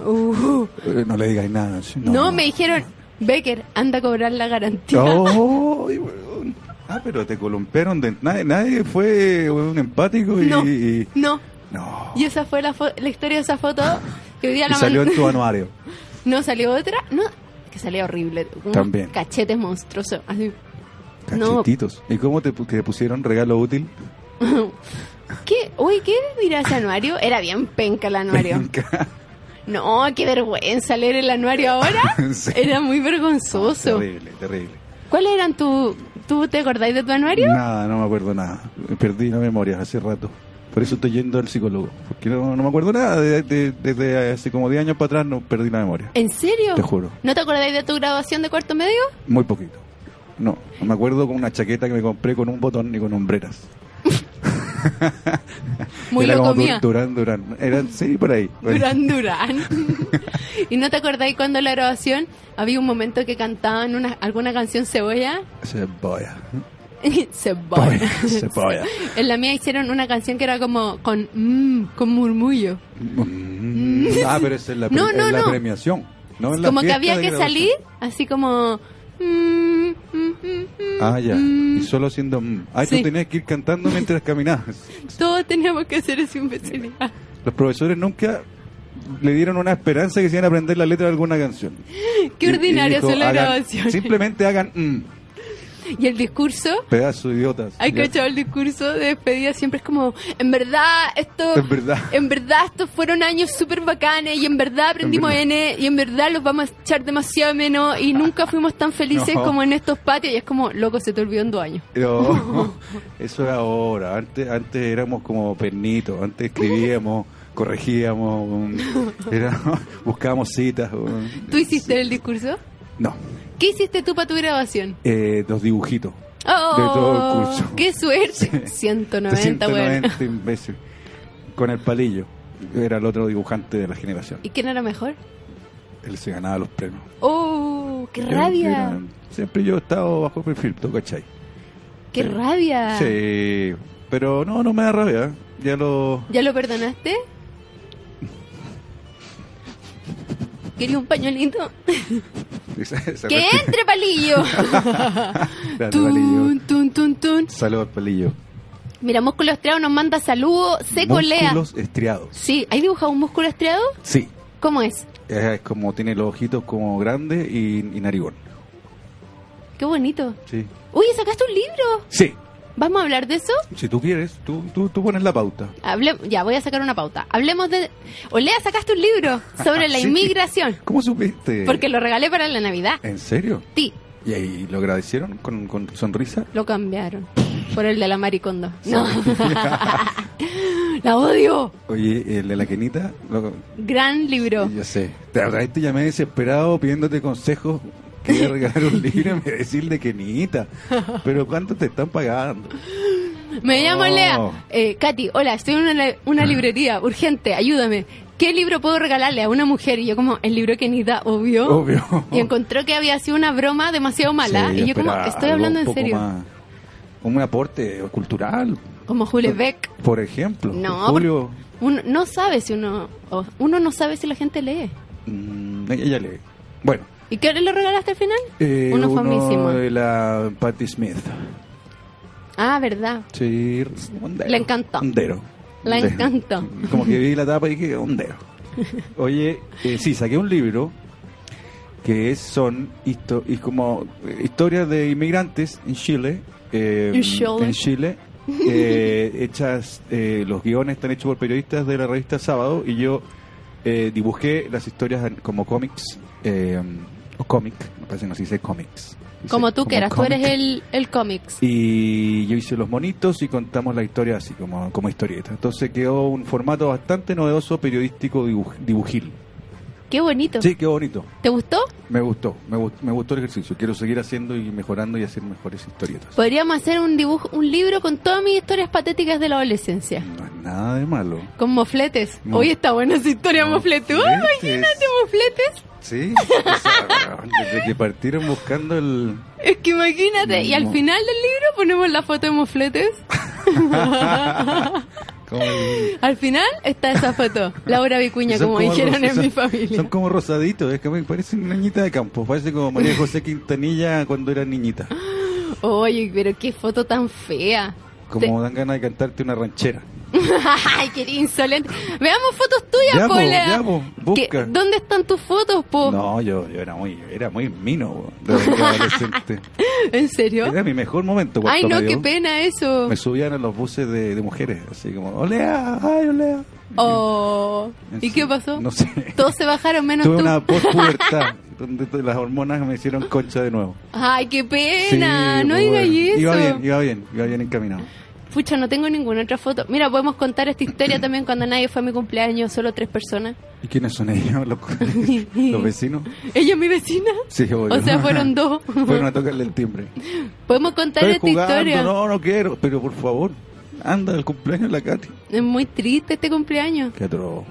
Speaker 1: uh.
Speaker 2: Eh, no le digáis nada. sí,
Speaker 1: No, me dijeron, Becker, anda a cobrar la garantía.
Speaker 2: No, ay, weón. Ah, pero te columpiaron. De... Nadie, nadie fue un empático y.
Speaker 1: No,
Speaker 2: y-
Speaker 1: no.
Speaker 2: No.
Speaker 1: Y esa fue la, fo- la historia de esa foto que hoy día
Speaker 2: Y
Speaker 1: la
Speaker 2: salió en
Speaker 1: mandé.
Speaker 2: tu anuario.
Speaker 1: No salió otra, no, que salía horrible. unos
Speaker 2: También.
Speaker 1: Cachetes monstruosos. Así. No.
Speaker 2: Cachetitos. ¿Y cómo te, pu- que te pusieron regalo útil?
Speaker 1: ¿Qué? Uy, ¿qué dirá ese anuario? Era bien penca el anuario. No, qué vergüenza leer el anuario ahora.
Speaker 2: Sí.
Speaker 1: Era muy vergonzoso.
Speaker 2: Terrible, terrible.
Speaker 1: ¿Cuáles eran tu... ¿Tú te acordáis de tu anuario?
Speaker 2: Nada, no me acuerdo nada. Perdí la memoria hace rato. Por eso estoy yendo al psicólogo. Porque no, no me acuerdo nada. De- de- desde hace como 10 años para atrás no perdí la memoria.
Speaker 1: ¿En serio?
Speaker 2: Te juro.
Speaker 1: ¿No te acordáis de tu graduación de cuarto medio?
Speaker 2: Muy poquito. No, me acuerdo con una chaqueta que me compré con un botón y con hombreras.
Speaker 1: Muy
Speaker 2: Era
Speaker 1: loco
Speaker 2: como Dur-
Speaker 1: mía.
Speaker 2: Durán, Durán. Era, sí, por ahí.
Speaker 1: Durán Durán. ¿Y no te acordáis cuando en la grabación había un momento que cantaban una, alguna canción cebolla?
Speaker 2: Cebolla.
Speaker 1: cebolla.
Speaker 2: Cebolla.
Speaker 1: en la mía hicieron una canción que era como con mm, con murmullo.
Speaker 2: Mm. Ah, pero esa es la, pre-
Speaker 1: No, no,
Speaker 2: es la
Speaker 1: no.
Speaker 2: premiación. No en la
Speaker 1: como que
Speaker 2: fiesta
Speaker 1: había
Speaker 2: de
Speaker 1: que
Speaker 2: graduación.
Speaker 1: salir así como mm, mm, mm, mm,
Speaker 2: Ah, ya.
Speaker 1: mm.
Speaker 2: Y solo haciendo. mm. Ay,
Speaker 1: Sí.
Speaker 2: tú tenías que ir cantando mientras caminabas.
Speaker 1: Todos teníamos que hacer esa imbecilidad.
Speaker 2: Los profesores nunca le dieron una esperanza que se iban a aprender la letra de alguna canción.
Speaker 1: Qué
Speaker 2: Y- y
Speaker 1: ordinaria
Speaker 2: dijo,
Speaker 1: son las
Speaker 2: "Hagan-
Speaker 1: grabaciones.
Speaker 2: Simplemente hagan mm,
Speaker 1: Y el discurso
Speaker 2: pedazo de idiotas.
Speaker 1: Hay
Speaker 2: Ya.
Speaker 1: cachado el discurso de despedida siempre es como, en verdad, esto,
Speaker 2: En verdad.
Speaker 1: en verdad estos fueron años súper bacanes y en verdad aprendimos
Speaker 2: En Ah.
Speaker 1: en y en verdad los vamos a echar demasiado menos y nunca fuimos tan felices
Speaker 2: No.
Speaker 1: como en estos patios y es como, loco, se te olvidó en dos años.
Speaker 2: No, eso era ahora. Antes, antes éramos como pernitos. Antes escribíamos corregíamos, um, era- buscábamos citas. um,
Speaker 1: ¿Tú hiciste el discurso?
Speaker 2: No,
Speaker 1: ¿Qué hiciste tú para tu grabación?
Speaker 2: eh, los dibujitos.
Speaker 1: ¡Oh!
Speaker 2: De todo el curso.
Speaker 1: ¡Qué suerte!
Speaker 2: Sí.
Speaker 1: 190, bueno.
Speaker 2: 190 imbécil. Con el palillo. Era el otro dibujante de la generación.
Speaker 1: ¿Y quién era mejor?
Speaker 2: Él se ganaba los premios.
Speaker 1: ¡Oh! ¡Qué
Speaker 2: Era-
Speaker 1: rabia!
Speaker 2: era- siempre yo he estado bajo perfil, ¿tú cachai?
Speaker 1: ¡Qué rabia!
Speaker 2: Sí, pero no, no me da rabia. ¿eh? Ya lo...
Speaker 1: ¿Ya lo perdonaste? Quería un pañuelito.
Speaker 2: esa- esa
Speaker 1: ¡Que
Speaker 2: cuestión-
Speaker 1: entre, palillo!
Speaker 2: Claro, palillo.
Speaker 1: tun, tun, tun, tun.
Speaker 2: Saludos, palillo.
Speaker 1: Mira, Músculo Estriado nos manda saludos. Se colea.
Speaker 2: Músculos estriados.
Speaker 1: Sí, ¿hay dibujado un músculo estriado?
Speaker 2: Sí.
Speaker 1: ¿Cómo es?
Speaker 2: Es, es como tiene los ojitos como grandes y, y narigón.
Speaker 1: ¡Qué bonito!
Speaker 2: Sí.
Speaker 1: ¡Oye, sacaste un libro!
Speaker 2: Sí.
Speaker 1: ¿Vamos a hablar de eso?
Speaker 2: Si tú quieres, tú, tú, tú pones la pauta.
Speaker 1: Hable- ya, voy a sacar una pauta. Hablemos de... Olea, sacaste un libro sobre la
Speaker 2: Sí. Eh.
Speaker 1: inmigración.
Speaker 2: ¿Cómo supiste?
Speaker 1: Porque lo regalé para la Navidad.
Speaker 2: ¿En serio?
Speaker 1: Sí,
Speaker 2: ¿Y ahí lo agradecieron con, con sonrisa?
Speaker 1: lo cambiaron. Por el de la maricondo. No. la odio.
Speaker 2: Oye, el de la quenita, lo-
Speaker 1: Gran libro.
Speaker 2: yo sé. Te habrá- este te llamé desesperado pidiéndote consejos. Quería regalar un libro y me decir de quenita. Pero ¿cuánto te están pagando?
Speaker 1: Me llamo
Speaker 2: No.
Speaker 1: Lea. Eh, Katy, hola, estoy en una,
Speaker 2: Ah.
Speaker 1: una librería. Urgente, ayúdame. ¿Qué libro puedo regalarle a una mujer? Y yo como, el libro que Nita, obvio.
Speaker 2: Obvio.
Speaker 1: Y encontró que había sido una broma demasiado mala.
Speaker 2: Sí,
Speaker 1: y yo como,
Speaker 2: espera
Speaker 1: estoy
Speaker 2: algo
Speaker 1: hablando
Speaker 2: un
Speaker 1: en
Speaker 2: poco
Speaker 1: serio.
Speaker 2: más- un aporte cultural,
Speaker 1: Como Jules Beck.
Speaker 2: por ejemplo.
Speaker 1: No,
Speaker 2: Julio,
Speaker 1: Uno no sabe si uno... o- Uno no sabe si la gente lee.
Speaker 2: mm, ella ella lee. Bueno,
Speaker 1: ¿Y qué le regalaste al final?
Speaker 2: eh,
Speaker 1: uno famísimo.
Speaker 2: uno de la Patti Smith.
Speaker 1: Ah, verdad.
Speaker 2: Sí, hondero.
Speaker 1: Le encantó.
Speaker 2: Hondero.
Speaker 1: Le
Speaker 2: Hondero.
Speaker 1: encantó.
Speaker 2: Como que vi la tapa y dije, hondero. Oye, eh, sí, saqué un libro que es, son histo- y como eh, historias de inmigrantes en Chile. eh,
Speaker 1: En Chile.
Speaker 2: En Chile. eh, hechas, eh, los guiones están hechos por periodistas de la revista Sábado y yo eh, dibujé las historias en- como cómics. eh, o cómic, me parece que no se dice cómics. dice
Speaker 1: Como tú quieras, tú eres
Speaker 2: cómic.
Speaker 1: el, el cómics.
Speaker 2: Y yo hice los monitos y contamos la historia así, como, como historieta. Entonces quedó un formato bastante novedoso, periodístico, dibuj- dibujil.
Speaker 1: Qué bonito.
Speaker 2: Sí, qué bonito.
Speaker 1: ¿Te gustó?
Speaker 2: Me gustó, me, gust- me gustó el ejercicio. Quiero seguir haciendo y mejorando y hacer mejores historietas.
Speaker 1: Podríamos hacer un dibujo, un libro con todas mis historias patéticas de la adolescencia.
Speaker 2: No es nada de malo.
Speaker 1: Con mofletes.
Speaker 2: No.
Speaker 1: Hoy está buena esa historia, mofletes. ¡Oh,
Speaker 2: Mofletes.
Speaker 1: imagínate, mofletes!
Speaker 2: Sí, o sea, desde que partieron buscando el...
Speaker 1: Es que imagínate. Y al
Speaker 2: No.
Speaker 1: final del libro ponemos la foto de mofletes.
Speaker 2: como el-
Speaker 1: Al final está esa foto. Laura Vicuña,
Speaker 2: son
Speaker 1: como dijeron
Speaker 2: ros-
Speaker 1: en
Speaker 2: son-
Speaker 1: mi familia.
Speaker 2: Son como rosaditos, es que me parece una niñita de campo. Parece como María José Quintanilla cuando era niñita.
Speaker 1: Oye, pero qué foto tan fea.
Speaker 2: Como dan ganas de cantarte una ranchera.
Speaker 1: Ay, qué insolente. Veamos fotos tuyas,
Speaker 2: Ya, po,
Speaker 1: Polea.
Speaker 2: ya, po, busca.
Speaker 1: ¿Qué- ¿Dónde están tus fotos, po?
Speaker 2: No, yo, yo era muy, era muy mino, bo, de de adolescente.
Speaker 1: ¿En serio?
Speaker 2: Era mi mejor momento. cuarto
Speaker 1: Ay, no,
Speaker 2: medio.
Speaker 1: qué pena eso.
Speaker 2: Me subían a los buses de, de mujeres, así como, olea, ay, olea.
Speaker 1: Oh. ¿Y
Speaker 2: Sí,
Speaker 1: qué pasó?
Speaker 2: No sé.
Speaker 1: Todos se bajaron menos
Speaker 2: Tuve
Speaker 1: tú.
Speaker 2: una pospubertad donde t- las hormonas me hicieron concha de nuevo.
Speaker 1: Ay, qué pena.
Speaker 2: Sí,
Speaker 1: no
Speaker 2: pues,
Speaker 1: digas
Speaker 2: bueno.
Speaker 1: eso.
Speaker 2: Iba bien, iba bien, iba bien encaminado.
Speaker 1: Pucha, no tengo ninguna otra foto. Mira, podemos contar esta historia también cuando nadie fue a mi cumpleaños, solo tres personas.
Speaker 2: ¿Y quiénes son ellos? ¿Los, los vecinos?
Speaker 1: Ella es mi vecina.
Speaker 2: Sí, obvio.
Speaker 1: O sea, fueron dos.
Speaker 2: Fueron a tocarle el timbre.
Speaker 1: Podemos contar
Speaker 2: Estoy
Speaker 1: esta
Speaker 2: jugando,
Speaker 1: historia.
Speaker 2: No, no quiero, pero por favor, anda al cumpleaños de la Katy.
Speaker 1: Es muy triste este cumpleaños.
Speaker 2: Qué atroz.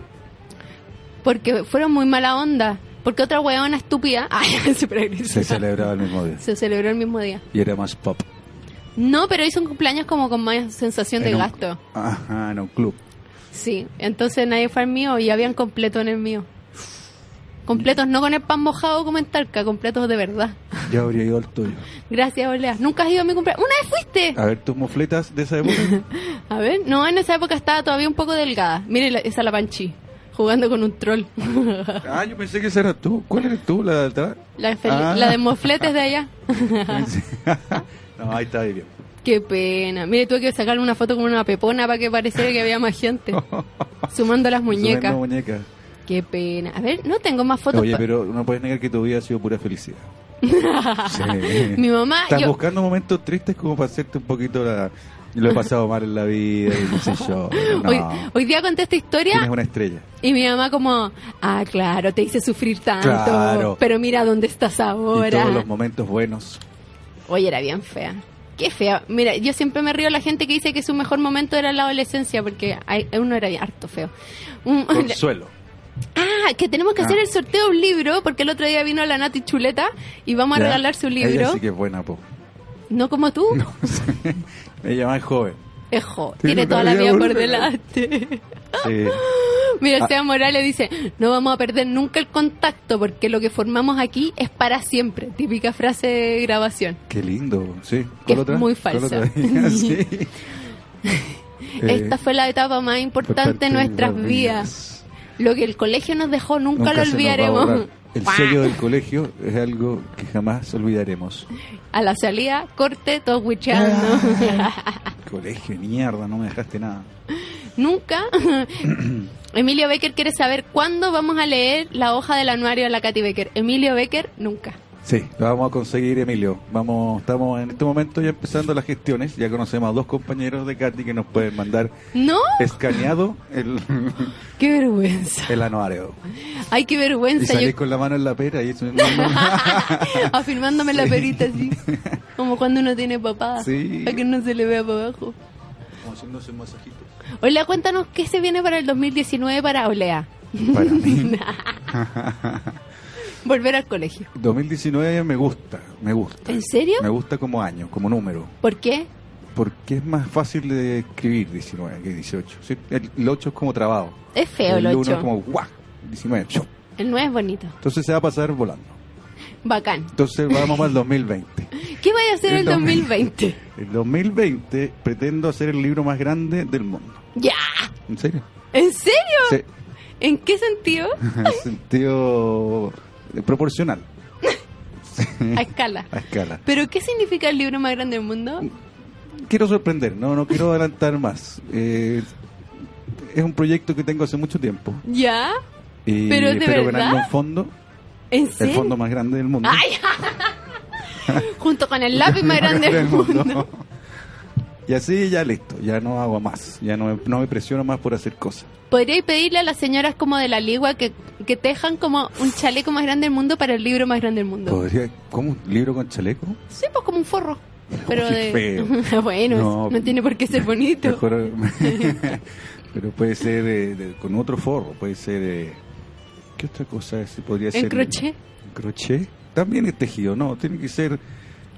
Speaker 1: Porque fueron muy mala onda. Porque otra huevona estúpida. Ay, súper agresiva.
Speaker 2: Se celebraba el mismo día.
Speaker 1: Se celebró el mismo día.
Speaker 2: Y era más pop.
Speaker 1: No, pero hizo un cumpleaños como con más sensación de
Speaker 2: En un-
Speaker 1: gasto.
Speaker 2: Ajá, en un club.
Speaker 1: Sí, entonces nadie fue al mío y habían completos en el mío. Completos no con el pan mojado como en Talca, completos de verdad.
Speaker 2: Yo habría ido al tuyo.
Speaker 1: Gracias, Olea. Nunca has ido a mi cumpleaños. ¡Una vez fuiste!
Speaker 2: A ver tus mofletas de esa época.
Speaker 1: A ver, no, en esa época estaba todavía un poco delgada. Mire la- esa la panchi, jugando con un troll.
Speaker 2: ah, yo pensé que esa eras tú. ¿Cuál eres tú? ¿La de atrás?
Speaker 1: la, fel-
Speaker 2: Ah.
Speaker 1: la de mofletes de allá.
Speaker 2: no, ahí está bien.
Speaker 1: Qué pena. Mire, tuve que sacarle una foto con una pepona para que pareciera que había más gente. Sumando las muñecas.
Speaker 2: Sumando muñecas.
Speaker 1: Qué pena. A ver, no tengo más fotos.
Speaker 2: Oye,
Speaker 1: pa-
Speaker 2: pero no puedes negar que tu vida ha sido pura felicidad. Sí.
Speaker 1: Mi mamá,
Speaker 2: Estás
Speaker 1: yo-
Speaker 2: buscando momentos tristes como para hacerte un poquito la, Lo he pasado mal en la vida y qué sé yo. No.
Speaker 1: Hoy, hoy día conté esta historia
Speaker 2: Tienes una estrella.
Speaker 1: y mi mamá como, ah, claro, te hice sufrir tanto,
Speaker 2: Claro.
Speaker 1: pero mira dónde estás
Speaker 2: Y todos
Speaker 1: ahora.
Speaker 2: los momentos buenos.
Speaker 1: Oye, era bien fea. Qué fea. Mira, yo siempre me río de la gente que dice que su mejor momento era la adolescencia, porque hay- uno era harto feo. Un-
Speaker 2: Consuelo.
Speaker 1: ah, que tenemos que
Speaker 2: Ah.
Speaker 1: hacer el sorteo de un libro, porque el otro día vino la Nati Chuleta y vamos a
Speaker 2: Ya.
Speaker 1: regalar su
Speaker 2: Ella
Speaker 1: libro.
Speaker 2: sí que es buena, po.
Speaker 1: No como tú.
Speaker 2: Ella más joven.
Speaker 1: Ejo, tiene
Speaker 2: Tiene una
Speaker 1: toda la
Speaker 2: vida
Speaker 1: vida por
Speaker 2: volver.
Speaker 1: delante.
Speaker 2: Sí.
Speaker 1: Mira,
Speaker 2: Ah.
Speaker 1: Seba Morales dice, no vamos a perder nunca el contacto porque lo que formamos aquí es para siempre. Típica frase de grabación.
Speaker 2: Qué lindo, sí.
Speaker 1: Que es
Speaker 2: ¿Cuál otra?
Speaker 1: muy
Speaker 2: ¿Cuál
Speaker 1: falsa.
Speaker 2: otra? Sí. Eh,
Speaker 1: Esta fue la etapa más importante de nuestras vidas. Lo que el colegio nos dejó nunca,
Speaker 2: Nunca
Speaker 1: lo
Speaker 2: se nos va a borrar.
Speaker 1: olvidaremos.
Speaker 2: El
Speaker 1: ¡Guau!
Speaker 2: sello del colegio es algo que jamás olvidaremos.
Speaker 1: A la salida, corte, todos huicheando.
Speaker 2: Ah. Colegio, mierda, no me dejaste nada.
Speaker 1: nunca. Emilio Becker quiere saber cuándo vamos a leer la hoja del anuario de la Katy Becker. Emilio Becker, nunca.
Speaker 2: Sí, lo vamos a conseguir, Emilio. Vamos, estamos en este momento ya empezando las gestiones. Ya conocemos a dos compañeros de Katy que nos pueden mandar
Speaker 1: No,
Speaker 2: escaneado el,
Speaker 1: qué vergüenza.
Speaker 2: el anuario.
Speaker 1: Ay, qué
Speaker 2: Y
Speaker 1: vergüenza.
Speaker 2: salís
Speaker 1: Yo
Speaker 2: con la mano en la pera y eso
Speaker 1: afirmándome la perita así. Como cuando uno tiene papá.
Speaker 2: Sí.
Speaker 1: Para que no se le vea para abajo.
Speaker 2: como haciéndose un masajito.
Speaker 1: Hola, cuéntanos qué se viene para el 2019 para Olea.
Speaker 2: Para mí,
Speaker 1: Volver al colegio.
Speaker 2: 2019 me gusta, me gusta.
Speaker 1: ¿En serio?
Speaker 2: Me gusta como año, como número.
Speaker 1: ¿Por qué?
Speaker 2: Porque es más fácil de escribir 19 que 18. ¿sí? El, el 8 es como trabado.
Speaker 1: Es feo el
Speaker 2: el 1
Speaker 1: 8.
Speaker 2: es como guau, 19. chup.
Speaker 1: El 9 es bonito.
Speaker 2: Entonces se va a pasar volando.
Speaker 1: Bacán.
Speaker 2: Entonces vamos al 2020.
Speaker 1: ¿Qué vaya a hacer el
Speaker 2: El 2020.
Speaker 1: 2020?
Speaker 2: El 2020 pretendo hacer el libro más grande del mundo.
Speaker 1: ¡Ya!
Speaker 2: ¿En serio?
Speaker 1: ¿En serio?
Speaker 2: Sí.
Speaker 1: ¿En qué sentido?
Speaker 2: En sentido eh, proporcional
Speaker 1: A escala.
Speaker 2: a escala.
Speaker 1: ¿Pero qué significa el libro más grande del mundo?
Speaker 2: Quiero sorprender, no, no quiero adelantar más. Eh, es un proyecto que tengo hace mucho tiempo.
Speaker 1: ¿Ya?
Speaker 2: Y
Speaker 1: ¿Pero de
Speaker 2: espero
Speaker 1: verdad?
Speaker 2: ganarme un fondo,
Speaker 1: ¿En
Speaker 2: el
Speaker 1: serio?
Speaker 2: fondo más grande del mundo.
Speaker 1: ¡Ay! Junto con el lápiz más grande del mundo.
Speaker 2: Y así ya listo, ya no hago más, ya no me, no me presiono más por hacer cosas.
Speaker 1: Podríais pedirle a las señoras como de la ligua que, que tejan como un chaleco más grande del mundo para el libro más grande del mundo.
Speaker 2: Podría, ¿Cómo un libro con chaleco?
Speaker 1: Sí, pues como un forro. Pero
Speaker 2: Qué
Speaker 1: de...
Speaker 2: feo.
Speaker 1: bueno, no,
Speaker 2: No.
Speaker 1: tiene por qué ser bonito.
Speaker 2: Mejor- pero puede ser eh, de- con otro forro, puede ser... eh, ¿Qué otra cosa es? podría
Speaker 1: En
Speaker 2: ser?
Speaker 1: crochet.
Speaker 2: ¿En crochet? También es tejido, no, tiene que ser...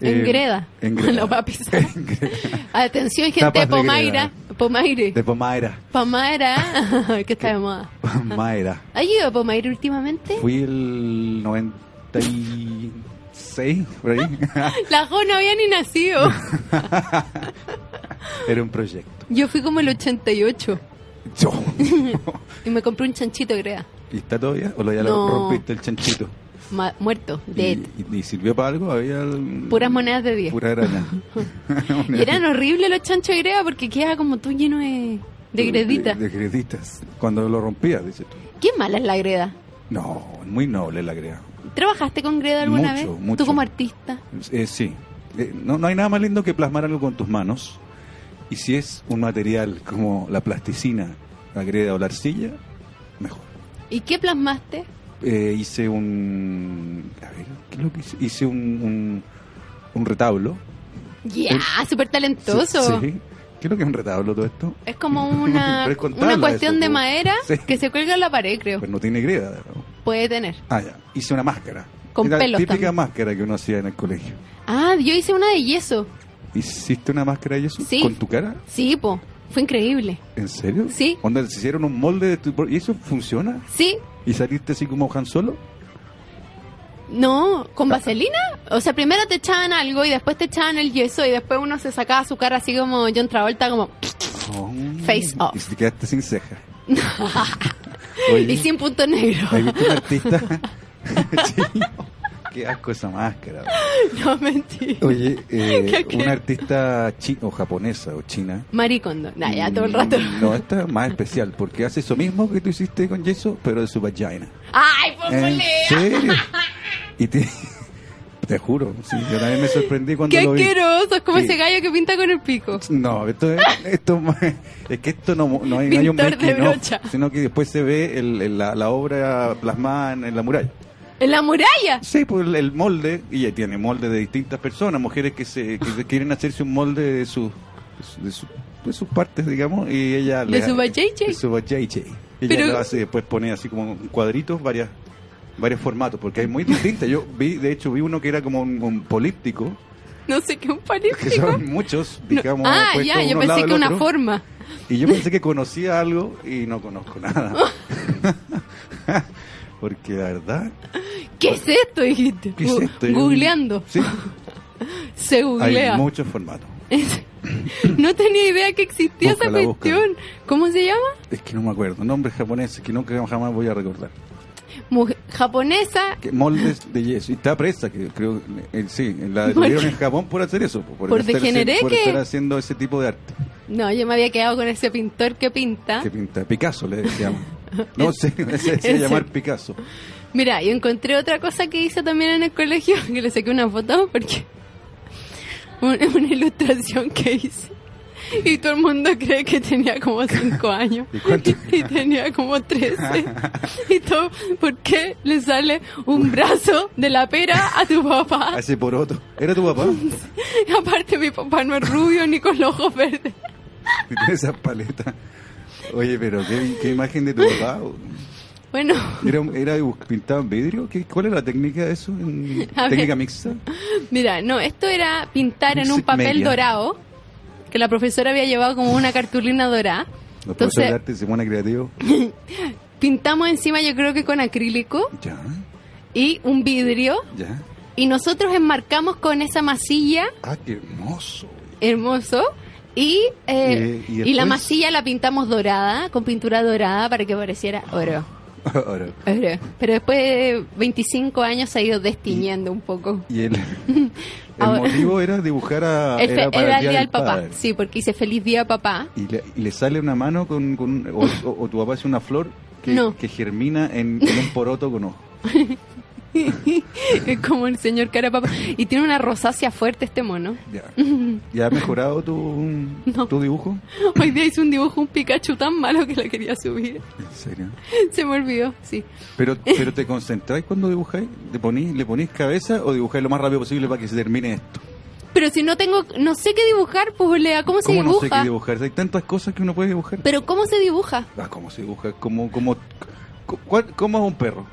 Speaker 1: en
Speaker 2: eh,
Speaker 1: greda.
Speaker 2: En greda.
Speaker 1: Lo va a pisar. Atención, gente de
Speaker 2: Tapas de
Speaker 1: Pomaira. Pomaire.
Speaker 2: De pomaira.
Speaker 1: Pomaira. que está de moda.
Speaker 2: Pomaira.
Speaker 1: ¿Has ido a Pomaire últimamente?
Speaker 2: Fui el 96, por ahí.
Speaker 1: La Jo no había ni nacido.
Speaker 2: Era un proyecto.
Speaker 1: Yo fui como el 88
Speaker 2: Yo.
Speaker 1: y me compré un chanchito de greda.
Speaker 2: ¿Y está todavía? ¿O lo ya
Speaker 1: No.
Speaker 2: lo rompiste el chanchito?
Speaker 1: Ma- muerto, dead.
Speaker 2: ¿Y, y, y sirvió para algo? Había el-
Speaker 1: Puras monedas de 10.
Speaker 2: Pura araña.
Speaker 1: Y eran horribles los chanchos de greda porque queda como tú lleno de, de greditas.
Speaker 2: De, de greditas. Cuando lo rompías, dices tú.
Speaker 1: Qué mala es la greda.
Speaker 2: No, muy noble la greda.
Speaker 1: ¿Trabajaste con greda alguna
Speaker 2: Mucho,
Speaker 1: vez? Tú
Speaker 2: mucho.
Speaker 1: como artista.
Speaker 2: Eh, sí. Eh, no, no hay nada más lindo que plasmar algo con tus manos. Y si es un material como la plasticina, la greda o la arcilla, mejor.
Speaker 1: ¿Y qué plasmaste?
Speaker 2: Eh, hice un. A ver, ¿qué es lo que hice? Hice un, un, un retablo.
Speaker 1: Ya,
Speaker 2: Eh,
Speaker 1: súper talentoso.
Speaker 2: Sí, sí. ¿Qué es lo que es un retablo todo esto?
Speaker 1: Es como una,
Speaker 2: Pero es con
Speaker 1: una
Speaker 2: tabla
Speaker 1: cuestión
Speaker 2: eso,
Speaker 1: de
Speaker 2: po.
Speaker 1: madera
Speaker 2: Sí.
Speaker 1: que se cuelga en la pared, creo.
Speaker 2: Pues no tiene greda. ¿no?
Speaker 1: Puede tener.
Speaker 2: Ah, ya. Hice una máscara.
Speaker 1: Con
Speaker 2: Era
Speaker 1: pelos
Speaker 2: La típica
Speaker 1: también.
Speaker 2: máscara que uno hacía en el colegio.
Speaker 1: Ah, yo hice una de yeso.
Speaker 2: ¿Hiciste una máscara y eso?
Speaker 1: Sí.
Speaker 2: ¿Con tu cara?
Speaker 1: Sí, po. Fue increíble.
Speaker 2: ¿En serio?
Speaker 1: Sí.
Speaker 2: Onda, se hicieron un molde de tu... ¿Y eso funciona?
Speaker 1: Sí.
Speaker 2: ¿Y saliste así como Han Solo?
Speaker 1: No,
Speaker 2: Ah.
Speaker 1: ¿con vaselina? O sea, primero te echaban algo y después te echaban el yeso y después uno se sacaba su cara así como John Travolta, como...
Speaker 2: Oh.
Speaker 1: Face off.
Speaker 2: Y te quedaste sin ceja. Oye,
Speaker 1: Y sin punto negro.
Speaker 2: ¿Has visto un artista? Chino. Qué asco esa máscara.
Speaker 1: No, mentí.
Speaker 2: Oye, eh,
Speaker 1: Qué asco.
Speaker 2: una artista chi- o japonesa o china.
Speaker 1: Maricondo. Nah, ya todo el rato.
Speaker 2: Mm, No, esta es más especial porque hace eso mismo que tú hiciste con yeso, pero de su vagina.
Speaker 1: Eh, ¡Ay, por
Speaker 2: ¿En
Speaker 1: polea!
Speaker 2: serio? Y te- Te juro. sí, yo también me sorprendí cuando
Speaker 1: ¡Qué
Speaker 2: lo vi.
Speaker 1: asqueroso! Es como
Speaker 2: Sí.
Speaker 1: ese gallo que pinta con el pico.
Speaker 2: No, esto es, esto es- es que esto no, no hay, no hay un
Speaker 1: Pintor de
Speaker 2: making of,
Speaker 1: brocha.
Speaker 2: sino que después se ve el- el- la, la obra plasmada en, en la muralla.
Speaker 1: ¡En la muralla!
Speaker 2: Sí, pues el, el molde, y ya tiene molde de distintas personas, mujeres que se que se quieren hacerse un molde de sus de, su- de sus partes, digamos, y ella
Speaker 1: De su vajayjay.
Speaker 2: De su vajayjay. Y Ella
Speaker 1: Pero-
Speaker 2: lo hace después pone así como cuadritos, varias varios formatos, porque hay muy distintas. Yo vi, de hecho, vi uno que era como un, un políptico,
Speaker 1: No sé qué un
Speaker 2: que
Speaker 1: político.
Speaker 2: son muchos,
Speaker 1: No.
Speaker 2: digamos,
Speaker 1: Ah,
Speaker 2: puestos
Speaker 1: ya, yo
Speaker 2: uno al
Speaker 1: pensé
Speaker 2: lado del
Speaker 1: que una
Speaker 2: otro.
Speaker 1: forma.
Speaker 2: Y yo pensé que conocía algo y no conozco nada.
Speaker 1: Oh.
Speaker 2: Porque la verdad,
Speaker 1: ¿Qué es esto, dijiste?
Speaker 2: ¿qué es
Speaker 1: Gu-
Speaker 2: esto? Yo-
Speaker 1: Googleando.
Speaker 2: Sí,
Speaker 1: Se googlea.
Speaker 2: hay muchos formatos.
Speaker 1: No tenía idea que existía
Speaker 2: Búscala,
Speaker 1: esa cuestión. ¿Cómo se llama?
Speaker 2: Es que no me acuerdo, nombres japoneses que nunca jamás voy a recordar.
Speaker 1: Mujer- japonesa
Speaker 2: Que moldes de yeso. Y está presa, que creo, eh, sí, la
Speaker 1: ¿Por
Speaker 2: detuvieron
Speaker 1: qué?
Speaker 2: en Japón por hacer eso, por,
Speaker 1: Por
Speaker 2: estar, haci-
Speaker 1: degeneré
Speaker 2: por
Speaker 1: que-
Speaker 2: estar haciendo ese tipo de arte.
Speaker 1: No, yo me había quedado con ese pintor que pinta.
Speaker 2: Que pinta Picasso, le decíamos. No sé, se decía
Speaker 1: ¿Ah? ese.
Speaker 2: llamar Picasso.
Speaker 1: Mira, yo encontré otra cosa que hice también en el colegio, que le saqué una foto porque una, una ilustración que hice. Y todo el mundo cree que tenía como 5 años.
Speaker 2: ¿Y cuánto?
Speaker 1: Y tenía como 13. Y todo, ¿por qué le sale un brazo de la pera a tu papá?
Speaker 2: Hace por otro. ¿Era tu papá?
Speaker 1: Aparte mi papá no es rubio ni con los ojos verdes.
Speaker 2: Esas paletas. Oye, pero qué, qué imagen de tu papá.
Speaker 1: Bueno,
Speaker 2: ¿Era, era dibuj- pintado en vidrio? ¿Qué, ¿Cuál era la técnica de eso? ¿En-
Speaker 1: A ver.
Speaker 2: ¿Técnica mixta?
Speaker 1: Mira, no, esto era pintar en un papel
Speaker 2: Media.
Speaker 1: dorado, que la profesora había llevado como una cartulina dorada.
Speaker 2: Los profesores de
Speaker 1: Entonces,
Speaker 2: arte se ponen creativos.
Speaker 1: pintamos encima yo creo que con acrílico
Speaker 2: Ya,
Speaker 1: y un vidrio,
Speaker 2: ya.
Speaker 1: y nosotros enmarcamos con esa masilla,
Speaker 2: Ah, qué hermoso.
Speaker 1: hermoso, y, eh,
Speaker 2: Y- y
Speaker 1: y,
Speaker 2: después-
Speaker 1: la masilla la pintamos dorada, con pintura dorada, para que pareciera oro.
Speaker 2: Ahora,
Speaker 1: oro. Pero después de 25 años se ha ido destiñendo un poco.
Speaker 2: y el, el
Speaker 1: Ahora-
Speaker 2: motivo era dibujar a.
Speaker 1: El fe- Este Era, el día del papá,
Speaker 2: padre.
Speaker 1: sí, porque hice feliz día papá.
Speaker 2: Y le, y le sale una mano con. con o, o- o tu papá hace una flor que,
Speaker 1: No.
Speaker 2: que germina en, en un poroto con ojo.
Speaker 1: Es como el señor cara papá. Y tiene una rosácea fuerte este mono.
Speaker 2: Ya. ¿Ya ha mejorado tu,
Speaker 1: No.
Speaker 2: tu dibujo?
Speaker 1: Hoy día hice un dibujo, un Pikachu tan malo que la quería subir.
Speaker 2: En serio.
Speaker 1: Se me olvidó, sí.
Speaker 2: Pero, pero te concentráis cuando dibujáis, ¿Le ponís, le ponís cabeza o dibujáis lo más rápido posible para que se termine esto.
Speaker 1: Pero si no tengo, no sé qué dibujar, pues Lea, ¿cómo, se
Speaker 2: ¿Cómo no sé
Speaker 1: dibuja?
Speaker 2: qué dibujar? Hay tantas cosas que uno puede dibujar.
Speaker 1: Pero ¿cómo se dibuja?
Speaker 2: Ah, ¿Cómo se dibuja? ¿Cómo, cómo, cu- cuál- cómo es un perro?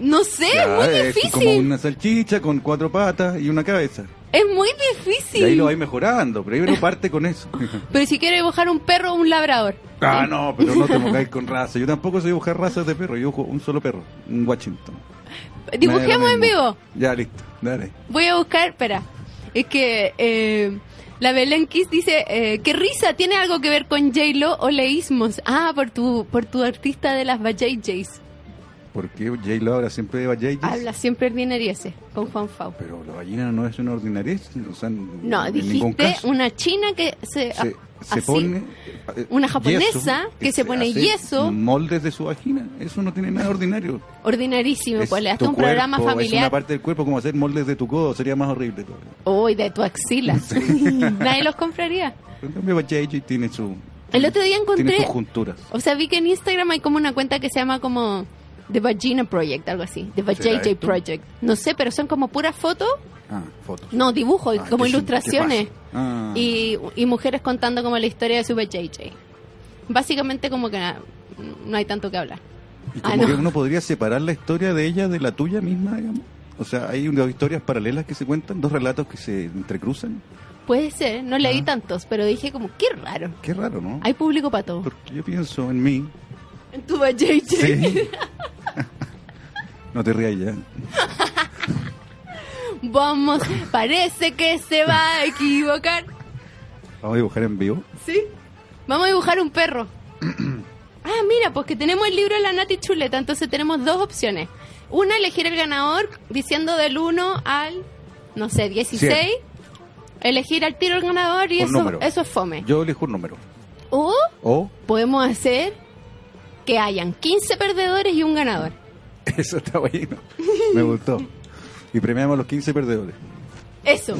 Speaker 1: No sé,
Speaker 2: Ya,
Speaker 1: es muy
Speaker 2: es
Speaker 1: difícil.
Speaker 2: Como una salchicha con cuatro patas y una cabeza.
Speaker 1: Es muy
Speaker 2: Y ahí
Speaker 1: difícil.
Speaker 2: lo vais mejorando, pero ahí uno parte con eso.
Speaker 1: Pero si quiero dibujar un perro o un labrador.
Speaker 2: ah, no, pero no te mojáis con raza. Yo tampoco sé dibujar razas de perro. Yo dibujo un solo perro, un Washington. Me da lo
Speaker 1: Dibujemos en
Speaker 2: mismo.
Speaker 1: vivo.
Speaker 2: Ya, listo. Dale.
Speaker 1: Voy a buscar, espera. Es que eh, la Belén Kiss dice, eh, ¿qué risa? ¿Tiene algo que ver con J-Lo o leísmos? Ah, por tu, por tu artista de las Jays.
Speaker 2: Porque J-Lo habla siempre de Valleys.
Speaker 1: Habla siempre ordinariese con Juan Fau.
Speaker 2: Pero la ballena no es una ordinariez. O sea,
Speaker 1: No,
Speaker 2: en ningún
Speaker 1: dijiste
Speaker 2: caso.
Speaker 1: una china que se,
Speaker 2: Se, se
Speaker 1: así.
Speaker 2: pone. eh,
Speaker 1: Una japonesa
Speaker 2: yeso,
Speaker 1: que se pone
Speaker 2: hace
Speaker 1: yeso.
Speaker 2: Moldes de su vagina. Eso no tiene nada de ordinario.
Speaker 1: ordinarísimo,
Speaker 2: Es
Speaker 1: pues le das
Speaker 2: tu
Speaker 1: un programa
Speaker 2: cuerpo, Es una
Speaker 1: familiar.
Speaker 2: parte del cuerpo como hacer moldes de tu codo, sería más horrible. todavía.
Speaker 1: Uy, de tu axila. Nadie los compraría.
Speaker 2: En cambio, JJ tiene su.
Speaker 1: El otro día
Speaker 2: Tiene
Speaker 1: encontré,
Speaker 2: sus junturas.
Speaker 1: o sea, vi que en Instagram hay como una cuenta que se llama como The Vagina Project, algo así. The
Speaker 2: esto?
Speaker 1: Vagina Project. No sé, pero son como puras fotos,
Speaker 2: Ah, fotos.
Speaker 1: no, dibujos,
Speaker 2: Ah,
Speaker 1: como
Speaker 2: qué-
Speaker 1: ilustraciones.
Speaker 2: qué fácil. Ah.
Speaker 1: Y, y mujeres contando como la historia de su vajayjay. Básicamente como que ah, no hay tanto que hablar.
Speaker 2: Y
Speaker 1: Ah,
Speaker 2: como que
Speaker 1: no.
Speaker 2: uno podría separar la historia de ella de la tuya misma, digamos. O sea, hay dos historias paralelas que se cuentan, dos relatos que se entrecruzan.
Speaker 1: Puede ser, no
Speaker 2: Ah.
Speaker 1: leí tantos, pero dije como, qué raro.
Speaker 2: Qué raro, ¿no?
Speaker 1: Hay público para todo.
Speaker 2: Porque yo pienso en mí.
Speaker 1: En tu vajayjay.
Speaker 2: Sí. no te rías ya.
Speaker 1: Vamos, parece que se va a equivocar.
Speaker 2: Vamos a dibujar en vivo.
Speaker 1: ¿Sí? Vamos a dibujar un perro. Ah, mira, pues que tenemos el libro de la Nati Chuleta, entonces tenemos dos opciones. Una, elegir el ganador diciendo del 1 al, no sé, 16.
Speaker 2: Cien.
Speaker 1: Elegir al tiro el ganador y
Speaker 2: Un
Speaker 1: eso,
Speaker 2: número.
Speaker 1: eso es fome.
Speaker 2: Yo elijo un número.
Speaker 1: O
Speaker 2: O
Speaker 1: podemos hacer que hayan 15 perdedores y un ganador.
Speaker 2: Eso está bueno. Me gustó. Y premiamos a los 15 perdedores.
Speaker 1: Eso.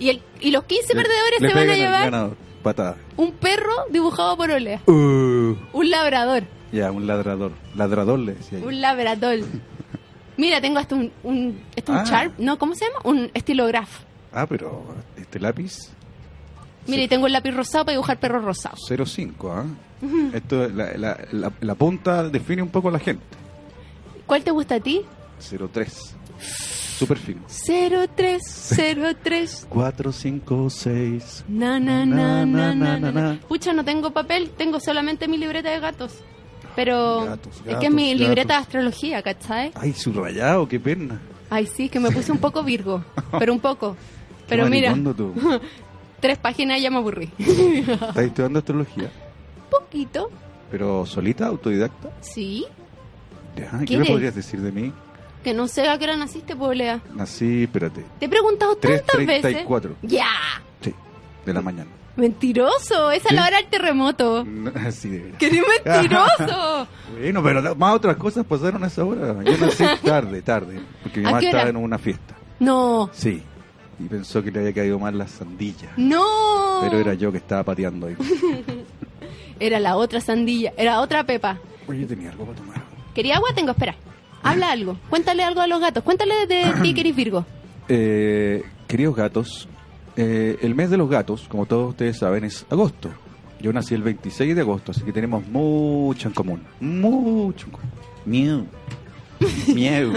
Speaker 1: y, el- y los 15 perdedores
Speaker 2: Le
Speaker 1: se este van a
Speaker 2: pegan al
Speaker 1: llevar
Speaker 2: ganador. Patada.
Speaker 1: un perro dibujado por Olea.
Speaker 2: Uh,
Speaker 1: Un labrador.
Speaker 2: ya, un ladrador. Ladrador le decía yo.
Speaker 1: Un labrador. Mira, tengo hasta un, un, hasta un
Speaker 2: Ah.
Speaker 1: sharp. No, ¿cómo se llama? Un estilografo.
Speaker 2: Ah, pero este lápiz,
Speaker 1: Mira, y tengo el lápiz rosado para dibujar perros rosados.
Speaker 2: 0,5, ¿ah? Esto, la, la, la, la punta define un poco a la gente.
Speaker 1: ¿Cuál te gusta a ti?
Speaker 2: 0,3. Súper fino.
Speaker 1: 0303.
Speaker 2: 4, 5, 6.
Speaker 1: Na, na, na, na, na, na, na. Pucha, no tengo papel, tengo solamente mi libreta de gatos. Pero
Speaker 2: Gatos,
Speaker 1: es que
Speaker 2: gatos,
Speaker 1: es mi
Speaker 2: gatos.
Speaker 1: libreta de astrología, ¿cachai?
Speaker 2: Ay, subrayado, qué pena.
Speaker 1: Ay, sí, que me puse un poco virgo, pero un poco.
Speaker 2: Qué
Speaker 1: Pero mira,
Speaker 2: maricondo tú.
Speaker 1: tres páginas ya me aburrí.
Speaker 2: Estás estudiando astrología.
Speaker 1: Poquito,
Speaker 2: Pero solita, autodidacta.
Speaker 1: sí.
Speaker 2: Ya, ¿Qué
Speaker 1: ¿Quién
Speaker 2: me
Speaker 1: es?
Speaker 2: podrías decir de mí?
Speaker 1: Que no sé a qué hora naciste, pues, Poblea.
Speaker 2: Nací, espérate.
Speaker 1: Te he preguntado tantas veces.
Speaker 2: 3.34.
Speaker 1: ¡Ya!
Speaker 2: Sí, de la mañana.
Speaker 1: ¡Mentiroso! Esa es la
Speaker 2: ¿Sí? Mm.
Speaker 1: hora del terremoto.
Speaker 2: Sí, de veras.
Speaker 1: ¡Que eres mentiroso!
Speaker 2: Bueno, pero la- más otras cosas pasaron a esa hora. Yo nací tarde, tarde, porque mi
Speaker 1: ¿A
Speaker 2: mamá
Speaker 1: qué hora?
Speaker 2: estaba en una fiesta.
Speaker 1: No,
Speaker 2: Sí, y pensó que le había caído mal la sandilla.
Speaker 1: no.
Speaker 2: Pero era yo que estaba pateando ahí.
Speaker 1: Era la otra sandilla, era otra pepa.
Speaker 2: Oye, yo tenía algo para tomar.
Speaker 1: ¿Quería agua? Tengo, espera. Habla algo. Cuéntale algo a los gatos. Cuéntale de ti que eres Virgo.
Speaker 2: Eh, queridos gatos, eh, el mes de los gatos, como todos ustedes saben, es agosto. Yo nací el 26 de agosto, así que tenemos mucho en común. Mucho en común. Miau. Miau.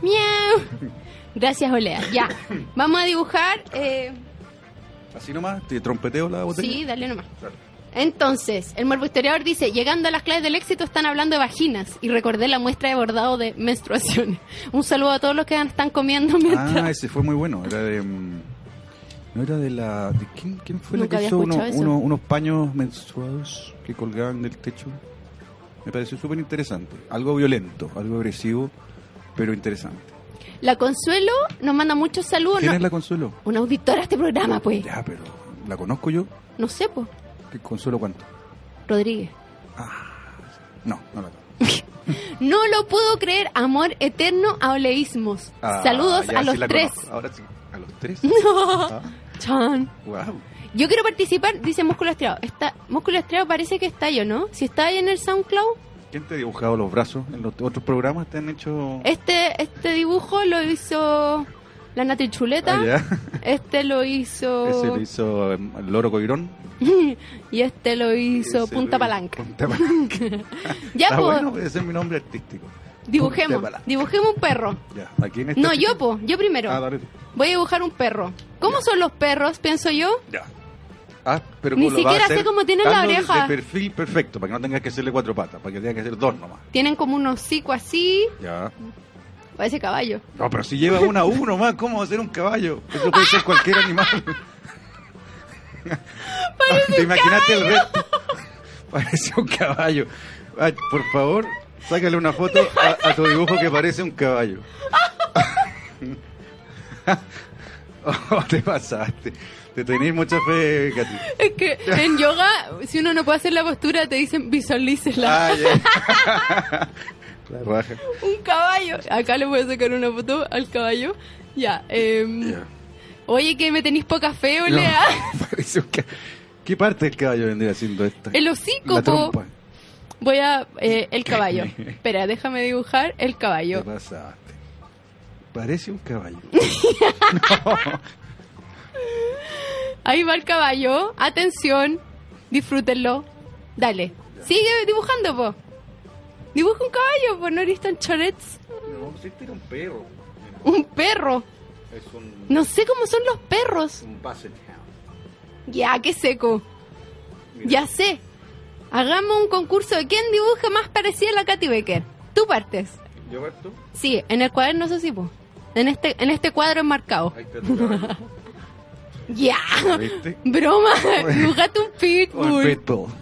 Speaker 1: ¡Miau! Gracias, Olea. Ya. Vamos a dibujar. eh,
Speaker 2: Así nomás, te trompeteo la botella.
Speaker 1: sí, dale nomás.
Speaker 2: Dale.
Speaker 1: Entonces, el morbo historiador dice, llegando a las claves del éxito están hablando de vaginas y recordé la muestra de bordado de menstruación. Un saludo a todos los que están comiendo mientras...
Speaker 2: Ah, ese fue muy bueno. Era de. mm, No era de la. de quién, quién fue
Speaker 1: Nunca
Speaker 2: la que
Speaker 1: había
Speaker 2: hizo uno-
Speaker 1: escuchado eso.
Speaker 2: uno- unos paños menstruados que colgaban del techo? Me pareció súper interesante. Algo violento, algo agresivo, pero interesante.
Speaker 1: La Consuelo nos manda muchos saludos.
Speaker 2: ¿Quién
Speaker 1: no-
Speaker 2: es la Consuelo?
Speaker 1: Una auditora a este programa, pues.
Speaker 2: Ya, pero. ¿La conozco yo?
Speaker 1: No sé, pues.
Speaker 2: ¿Qué ¿Consuelo cuánto? Ah,
Speaker 1: Rodríguez.
Speaker 2: No, no la conozco.
Speaker 1: No lo puedo creer, amor eterno a oleísmos.
Speaker 2: Ah,
Speaker 1: Saludos
Speaker 2: ya
Speaker 1: a
Speaker 2: sí
Speaker 1: los
Speaker 2: la
Speaker 1: tres.
Speaker 2: conozco. Ahora sí, a los tres. Ah,
Speaker 1: Chan.
Speaker 2: wow.
Speaker 1: Yo quiero participar, dice Músculo Estriado. Está, Músculo Estriado parece que está yo, ¿no? Si está ahí en el SoundCloud,
Speaker 2: ¿Quién te ha dibujado los brazos? En los otros programas te han hecho.
Speaker 1: este, este dibujo lo hizo la Nati Chuleta.
Speaker 2: Ah, ya.
Speaker 1: Este lo hizo.
Speaker 2: Ese lo hizo em, el Loro Coirón.
Speaker 1: Y este lo hizo
Speaker 2: Ese
Speaker 1: Punta
Speaker 2: lo-
Speaker 1: Palanca.
Speaker 2: Punta Palanca.
Speaker 1: Ya,
Speaker 2: Está
Speaker 1: po,
Speaker 2: bueno, ese es mi nombre artístico.
Speaker 1: dibujemos.
Speaker 2: Punta Palanca.
Speaker 1: Dibujemos un perro.
Speaker 2: Ya, aquí en este-
Speaker 1: No, yo, po, yo primero.
Speaker 2: Ah, dale.
Speaker 1: Voy a dibujar un perro. ¿Cómo son los perros, pienso yo?
Speaker 2: Ya. Ah, pero
Speaker 1: Ni
Speaker 2: ¿cómo lo vas a
Speaker 1: siquiera sé
Speaker 2: hacer?
Speaker 1: cómo tiene la
Speaker 2: Hazlo
Speaker 1: oreja.
Speaker 2: De perfil perfecto, para que no tengas que hacerle cuatro patas, para que tengas que hacer dos nomás.
Speaker 1: Tienen como un hocico así.
Speaker 2: Ya.
Speaker 1: Parece caballo.
Speaker 2: No, pero si lleva una a uno más, ¿cómo va a ser un caballo? Eso puede ser cualquier animal. Ah, ¿Te imaginaste el resto? Parece un caballo. Ay, por favor, sácale una foto a, a tu dibujo que parece un caballo. Oh, te pasaste. Te tenés mucha fe, Katy.
Speaker 1: Es que en yoga, si uno no puede hacer la postura, te dicen visualícela.
Speaker 2: Ay, ay. La raja.
Speaker 1: Un caballo. Acá le voy a sacar una foto al caballo. Ya. em,
Speaker 2: Ya.
Speaker 1: Oye, que me tenéis poca fe, Olea.
Speaker 2: No, parece un ca- ¿Qué parte del caballo vendría haciendo esto?
Speaker 1: El hocico, po.
Speaker 2: La trompa.
Speaker 1: Voy a. eh, el caballo. Espera, déjame dibujar el
Speaker 2: ¿Qué
Speaker 1: caballo.
Speaker 2: pasaste? Parece un caballo.
Speaker 1: Ahí va el caballo. Atención. Disfrútenlo. Dale. Sigue dibujando, po. Dibuja un caballo, po. No eres tan chorets.
Speaker 2: No, si este era un perro.
Speaker 1: Un perro.
Speaker 2: Es un,
Speaker 1: No sé cómo son los perros.
Speaker 2: un
Speaker 1: Ya, qué seco. Ya sé. Hagamos un concurso de quién dibuja más parecida a la Katy Becker. Tú partes.
Speaker 2: ¿Yo
Speaker 1: Sí, en el cuaderno eso sí, po. En este, en este cuadro enmarcado.
Speaker 2: Ahí está tu caballo.
Speaker 1: Ya.
Speaker 2: ¿Viste?
Speaker 1: Broma. Dibujaste un
Speaker 2: Un
Speaker 1: pitbull.
Speaker 2: pitbull.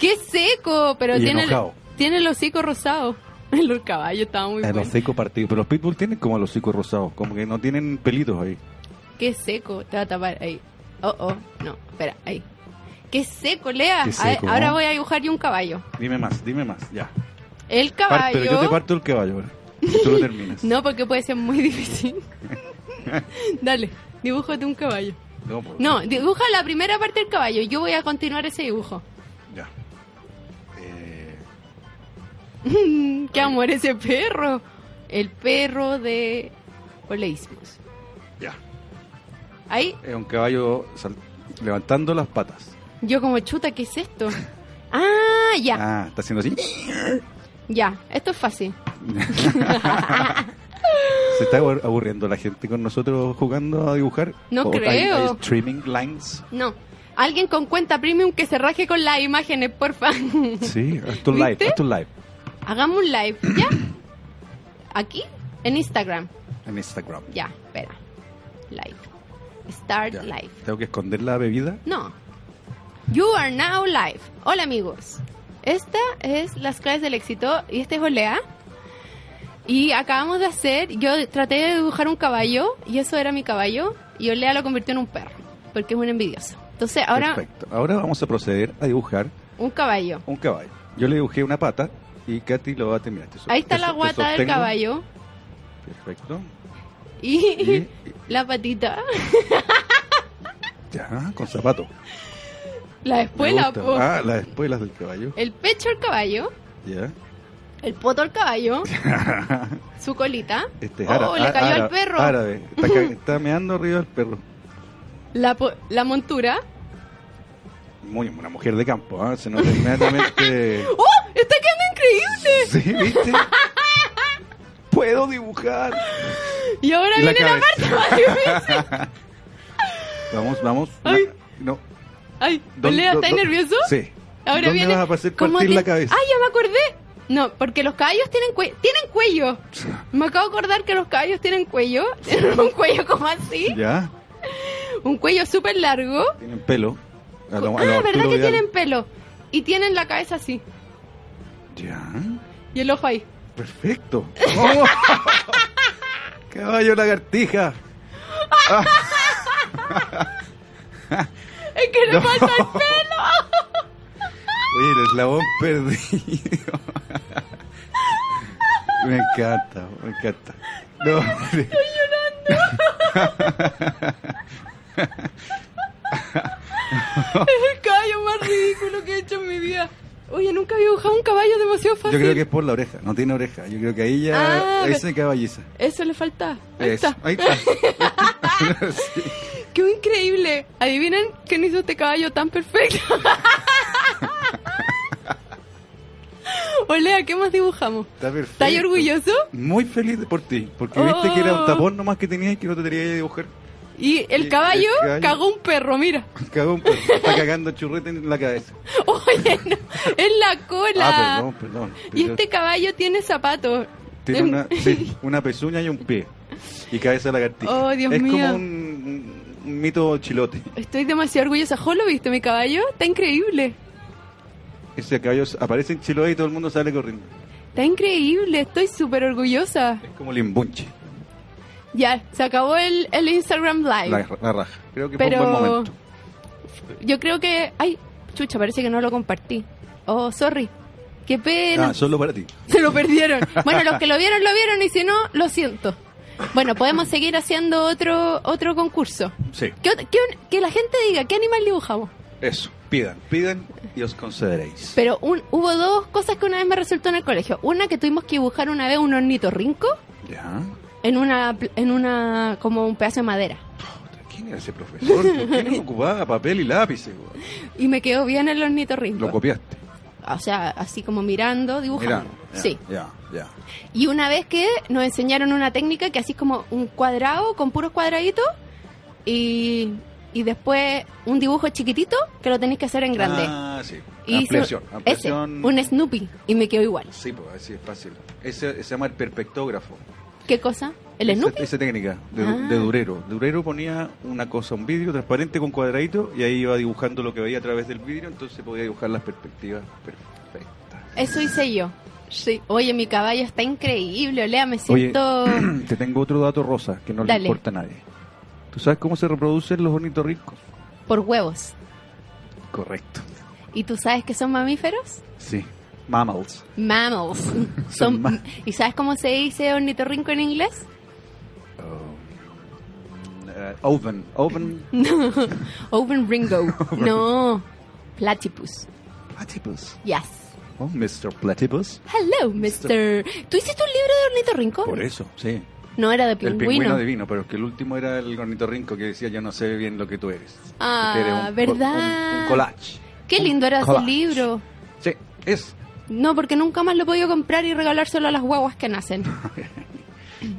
Speaker 1: Qué seco. Pero
Speaker 2: Y
Speaker 1: tiene el,
Speaker 2: enojado.
Speaker 1: tiene el hocico rosado. El caballo estaba muy
Speaker 2: El
Speaker 1: bueno.
Speaker 2: hocico partido. Pero los pitbull tienen como el hocico rosado. Como que no tienen pelitos ahí.
Speaker 1: Qué seco. Te va a tapar ahí. Oh, oh. No, espera, ahí. Qué seco, Lea.
Speaker 2: Qué
Speaker 1: A-
Speaker 2: seco,
Speaker 1: Ahora
Speaker 2: ¿no?
Speaker 1: voy a dibujar yo un caballo.
Speaker 2: Dime más, dime más. Ya.
Speaker 1: El
Speaker 2: Par-
Speaker 1: caballo.
Speaker 2: pero yo te parto el caballo ahora. Tú lo terminas.
Speaker 1: No, porque puede ser muy difícil. Dale, dibújate un caballo.
Speaker 2: No, pues,
Speaker 1: No, dibuja la primera parte del caballo. Yo voy a continuar ese dibujo.
Speaker 2: Ya. Eh,
Speaker 1: ¡Qué amor ese perro! El perro de Oleismus.
Speaker 2: ya.
Speaker 1: Ahí,
Speaker 2: Es un caballo sal- levantando las patas.
Speaker 1: yo como chuta, ¿qué es esto? Ah, ya,
Speaker 2: Ah, está haciendo así.
Speaker 1: ya. Esto es fácil.
Speaker 2: Se está abur- aburriendo la gente con nosotros jugando a dibujar.
Speaker 1: No
Speaker 2: O hay-
Speaker 1: creo.
Speaker 2: hay streaming lines.
Speaker 1: No. Alguien con cuenta premium que se raje con las imágenes, porfa.
Speaker 2: Sí, haz tu live,
Speaker 1: ¿Viste?
Speaker 2: haz tu live
Speaker 1: Hagamos un live, ¿ya? Aquí, en Instagram.
Speaker 2: en Instagram.
Speaker 1: Ya, espera. Live. Start
Speaker 2: Ya.
Speaker 1: live.
Speaker 2: Tengo que esconder la bebida.
Speaker 1: No. You are now live. Hola amigos. Esta es Las claves del éxito y este es Olea. Y acabamos de hacer, yo traté de dibujar un caballo y eso era mi caballo y Olea lo convirtió en un perro porque es un envidioso. Entonces ahora
Speaker 2: Perfecto. Ahora vamos a proceder a dibujar
Speaker 1: un caballo.
Speaker 2: un caballo. Yo le dibujé una pata y Katy lo va a terminar. Te so-
Speaker 1: Ahí está
Speaker 2: te
Speaker 1: la
Speaker 2: so- te
Speaker 1: guata del
Speaker 2: sostengo.
Speaker 1: caballo
Speaker 2: Perfecto.
Speaker 1: y,
Speaker 2: Y-
Speaker 1: la patita,
Speaker 2: Ya, con zapato.
Speaker 1: la
Speaker 2: Me
Speaker 1: espuela,
Speaker 2: gusta.
Speaker 1: po.
Speaker 2: Ah, las espuelas del caballo.
Speaker 1: el pecho del caballo,
Speaker 2: Ya.
Speaker 1: el poto del caballo, su colita.
Speaker 2: Este es
Speaker 1: oh,
Speaker 2: ára-
Speaker 1: le
Speaker 2: á-
Speaker 1: cayó al
Speaker 2: ára-
Speaker 1: perro.
Speaker 2: Árabe. Está, ca- está meando arriba del perro.
Speaker 1: La, po- la montura.
Speaker 2: Muy, una mujer de campo, ¿ah? Se nota inmediatamente.
Speaker 1: ¡Oh! ¡Está quedando increíble!
Speaker 2: sí, ¿viste? Puedo dibujar.
Speaker 1: Y ahora
Speaker 2: Y la
Speaker 1: viene la parte
Speaker 2: cabeza.
Speaker 1: más difícil.
Speaker 2: Vamos, vamos.
Speaker 1: Ay.
Speaker 2: No.
Speaker 1: Ay,
Speaker 2: ¿dónde-
Speaker 1: Lea, ¿estás
Speaker 2: dó- dó-
Speaker 1: nervioso?
Speaker 2: Sí.
Speaker 1: Ahora
Speaker 2: ¿Dónde
Speaker 1: viene.
Speaker 2: vas a hacer
Speaker 1: como
Speaker 2: partir
Speaker 1: que-
Speaker 2: la cabeza?
Speaker 1: ¡Ay, ya me acordé! No, porque los caballos tienen, cue- tienen cuello. Me acabo de acordar que los caballos tienen cuello. Tienen un cuello como así.
Speaker 2: Ya.
Speaker 1: Un cuello súper largo.
Speaker 2: Tienen pelo. A lo- a
Speaker 1: ah,
Speaker 2: lo
Speaker 1: ¿verdad
Speaker 2: Arturo
Speaker 1: que
Speaker 2: Vidal.
Speaker 1: tienen pelo? Y tienen la cabeza así.
Speaker 2: Ya.
Speaker 1: Y el ojo ahí.
Speaker 2: Perfecto. ¡Oh! Caballo lagartija.
Speaker 1: ¡Es que le
Speaker 2: No.
Speaker 1: falta el pelo!
Speaker 2: Oye, el eslabón perdido. Me encanta, me encanta. No, Estoy
Speaker 1: Es el caballo más ridículo que he hecho en mi vida. Oye, nunca había dibujado un caballo demasiado
Speaker 2: yo
Speaker 1: fácil.
Speaker 2: creo que es por la oreja, no tiene oreja. Yo creo que ahí
Speaker 1: Ah,
Speaker 2: ya
Speaker 1: pero-
Speaker 2: ahí se caballiza.
Speaker 1: Eso le falta. Ahí
Speaker 2: Eso,
Speaker 1: está.
Speaker 2: Ahí está. Sí.
Speaker 1: ¡Qué increíble! Adivinen quién hizo este caballo tan perfecto. Olea, ¿qué más dibujamos?
Speaker 2: Está perfecto.
Speaker 1: ¿Estás orgulloso?
Speaker 2: Muy feliz por ti, porque
Speaker 1: Oh.
Speaker 2: viste que era un tapón nomás que tenías y que no te quería dibujar.
Speaker 1: Y
Speaker 2: Y
Speaker 1: el
Speaker 2: el
Speaker 1: caballo
Speaker 2: caballo.
Speaker 1: cagó un perro, mira.
Speaker 2: Cagón, pues, está cagando churrete en la cabeza.
Speaker 1: Oye, no, es la cola.
Speaker 2: Ah, perdón, perdón.
Speaker 1: Y
Speaker 2: Pero-
Speaker 1: este caballo tiene zapatos. Em,
Speaker 2: Tiene una, sí, una pezuña y un pie. Y cabeza de lagartija.
Speaker 1: Oh, Dios
Speaker 2: es
Speaker 1: mío.
Speaker 2: como un, un mito chilote.
Speaker 1: Estoy demasiado orgullosa. ¿Jo lo viste, mi caballo? Está increíble.
Speaker 2: Ese caballo aparece en Chiloé y todo el mundo sale corriendo.
Speaker 1: Está increíble. Estoy súper orgullosa.
Speaker 2: Es como limbunche,
Speaker 1: Ya, se acabó el, el Instagram Live.
Speaker 2: la, la raja. Creo que fue un buen
Speaker 1: Pero
Speaker 2: momento.
Speaker 1: yo creo que... Ay, chucha, parece que no lo compartí. Oh, sorry. Qué pena.
Speaker 2: Ah, solo para ti.
Speaker 1: Se lo perdieron. Bueno, los que lo vieron, lo vieron y si no, lo siento. Bueno, podemos seguir haciendo otro otro concurso.
Speaker 2: Sí,
Speaker 1: Que, ot- que un- que la gente diga qué animal dibujamos.
Speaker 2: eso. Pidan, pidan y os concederéis.
Speaker 1: Pero un- hubo dos cosas que una vez me resultó en el colegio. Una que tuvimos que dibujar una vez un ornitorrinco
Speaker 2: Ya.
Speaker 1: en una pl- en una como un pedazo de madera.
Speaker 2: Puta, ¿Quién era ese profesor? ¿Por qué no ocupaba papel y lápices? weón?
Speaker 1: Y me quedó bien el
Speaker 2: Lo
Speaker 1: ornitorrinco.
Speaker 2: copiaste.
Speaker 1: O sea, así como mirando,
Speaker 2: Mira.
Speaker 1: dibujando.
Speaker 2: ya,
Speaker 1: Sí.
Speaker 2: Ya, ya.
Speaker 1: Y una vez que nos enseñaron una técnica que así es como un cuadrado con puros cuadraditos y, y después un dibujo chiquitito que lo tenéis que hacer en grande.
Speaker 2: Ah, sí.
Speaker 1: y hice
Speaker 2: ampliación.
Speaker 1: un- ese,
Speaker 2: ampliación.
Speaker 1: un Snoopy y me quedó igual.
Speaker 2: Sí, pues así es fácil. Ese se llama el perspectógrafo.
Speaker 1: ¿Qué cosa? ¿El
Speaker 2: esa,
Speaker 1: Snoopy?
Speaker 2: esa técnica de,
Speaker 1: Ah.
Speaker 2: de Durero. Durero ponía una cosa, un vidrio transparente con cuadradito y ahí iba dibujando lo que veía a través del vidrio, entonces podía dibujar las perspectivas perfectas.
Speaker 1: Eso hice yo. Sí. Oye, mi caballo está increíble, Olea, me siento...
Speaker 2: Oye, te tengo otro dato rosa que no
Speaker 1: Dale.
Speaker 2: le importa a nadie. ¿Tú sabes cómo se reproducen los ornitorrincos?
Speaker 1: por huevos.
Speaker 2: Correcto.
Speaker 1: ¿Y tú sabes que son mamíferos?
Speaker 2: Sí. Mammals.
Speaker 1: Mammals. Son,
Speaker 2: Son ma-
Speaker 1: ¿Y sabes cómo se dice ornitorrinco en inglés?
Speaker 2: Eh, oven. Oven.
Speaker 1: Open Ringo. no. Platypus.
Speaker 2: Platypus.
Speaker 1: Yes.
Speaker 2: Oh, Mr. Platypus.
Speaker 1: Hello, Mr. ¿Tú hiciste un libro de ornitorrinco?
Speaker 2: Por eso, sí.
Speaker 1: No, era de
Speaker 2: El
Speaker 1: pingüino.
Speaker 2: pingüino divino, pero es que el último era el ornitorrinco que decía yo no sé bien lo que tú eres. Este
Speaker 1: Ah,
Speaker 2: Porque eres
Speaker 1: ¿verdad?
Speaker 2: Un, un collage.
Speaker 1: Qué lindo era ese
Speaker 2: Collage.
Speaker 1: libro.
Speaker 2: Sí, es.
Speaker 1: No, porque nunca más lo he podido comprar y regalárselo a las guaguas que nacen.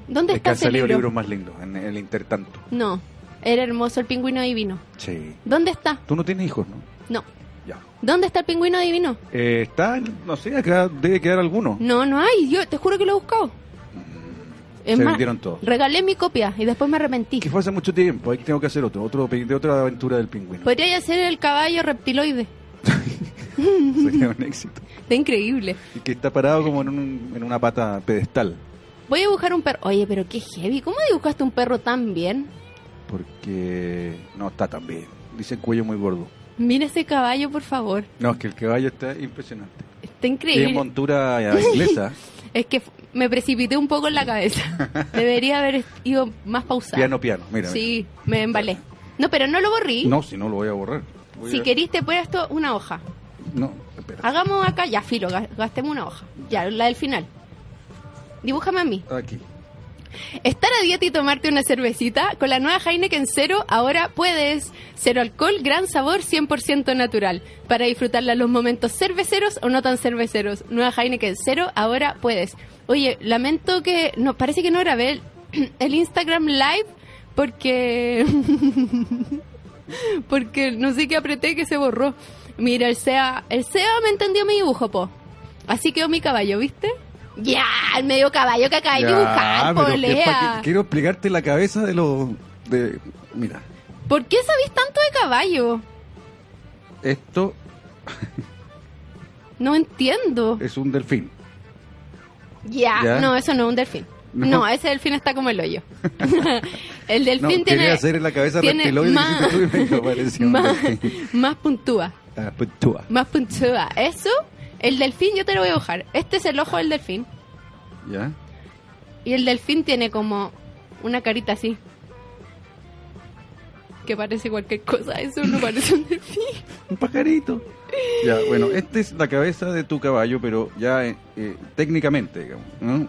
Speaker 1: ¿Dónde
Speaker 2: Es
Speaker 1: está
Speaker 2: que han
Speaker 1: ese
Speaker 2: salido
Speaker 1: libro?
Speaker 2: libros más lindos en el intertanto.
Speaker 1: No, era hermoso el pingüino divino.
Speaker 2: Sí.
Speaker 1: ¿Dónde está?
Speaker 2: Tú no tienes hijos, ¿no?
Speaker 1: No.
Speaker 2: Ya.
Speaker 1: ¿Dónde está el pingüino divino?
Speaker 2: Eh, está, no sé, acá debe quedar alguno.
Speaker 1: No, no hay. Yo te juro que lo he buscado. Es
Speaker 2: Mm. Se
Speaker 1: más,
Speaker 2: vendieron todos.
Speaker 1: Regalé mi copia y después me arrepentí.
Speaker 2: Que fue hace mucho tiempo, ahí tengo que hacer otro, otro pe- de otra aventura del pingüino.
Speaker 1: Podría hacer el caballo reptiloide.
Speaker 2: Sería un éxito.
Speaker 1: Está increíble.
Speaker 2: Y que está parado como en, un- en una pata pedestal.
Speaker 1: Voy a dibujar un perro. Oye, pero qué heavy. ¿Cómo dibujaste un perro tan bien?
Speaker 2: Porque no está tan bien. Dice cuello muy gordo.
Speaker 1: Mira ese caballo, por favor.
Speaker 2: No, es que el caballo está impresionante.
Speaker 1: Está
Speaker 2: Y es
Speaker 1: increíble.
Speaker 2: montura inglesa,
Speaker 1: Es que f- me precipité un poco en la cabeza. Debería haber ido más pausado.
Speaker 2: piano piano, mira.
Speaker 1: Sí, me embalé. No, pero no lo borrí.
Speaker 2: No, si no lo voy a borrar. Voy
Speaker 1: Si
Speaker 2: a-
Speaker 1: querís te pones esto una hoja.
Speaker 2: No, espera.
Speaker 1: Hagamos acá, ya, filo, ga- gastemos una hoja. Ya, la del final. Dibújame a mí.
Speaker 2: Aquí.
Speaker 1: Estar a dieta y tomarte una cervecita con la nueva Heineken Cero, ahora puedes. Cero alcohol, gran sabor, 100% natural. Para disfrutarla los momentos cerveceros o no tan cerveceros. Nueva Heineken Cero, ahora puedes. Oye, lamento que no, parece que no grabé el, el Instagram Live porque porque no sé qué apreté que se borró. Mira, el SEA, el SEA me entendió mi dibujo, po. Así quedó mi caballo, ¿viste? Ya, el medio caballo que ah. acá de
Speaker 2: Ya,
Speaker 1: dibujar, po,
Speaker 2: pero que es pa'
Speaker 1: Lea.
Speaker 2: que- Quiero explicarte la cabeza de los... De... Mira,
Speaker 1: ¿Por qué sabéis tanto de caballo?
Speaker 2: esto
Speaker 1: No entiendo.
Speaker 2: es un delfín.
Speaker 1: Ya,
Speaker 2: Eh, Ya.
Speaker 1: no, eso no es un delfín. No.
Speaker 2: No.
Speaker 1: ese delfín está como el hoyo. el
Speaker 2: No,
Speaker 1: delfín tiene,
Speaker 2: quería hacer en la cabeza
Speaker 1: tiene
Speaker 2: reptiloide
Speaker 1: más-
Speaker 2: que hiciste tú y me pareció un
Speaker 1: más,
Speaker 2: delfín.
Speaker 1: más puntúa.
Speaker 2: Ah, pues tú, ah,
Speaker 1: Más puntúa. Eso, el delfín yo te lo voy a dibujar. Este es el ojo del delfín.
Speaker 2: ¿Ya?
Speaker 1: Y el delfín tiene como una carita así. Que parece cualquier cosa. Eso no parece un delfín.
Speaker 2: Un pajarito. Ya, bueno, esta es la cabeza de tu caballo, pero ya eh, eh, técnicamente, digamos. ¿no?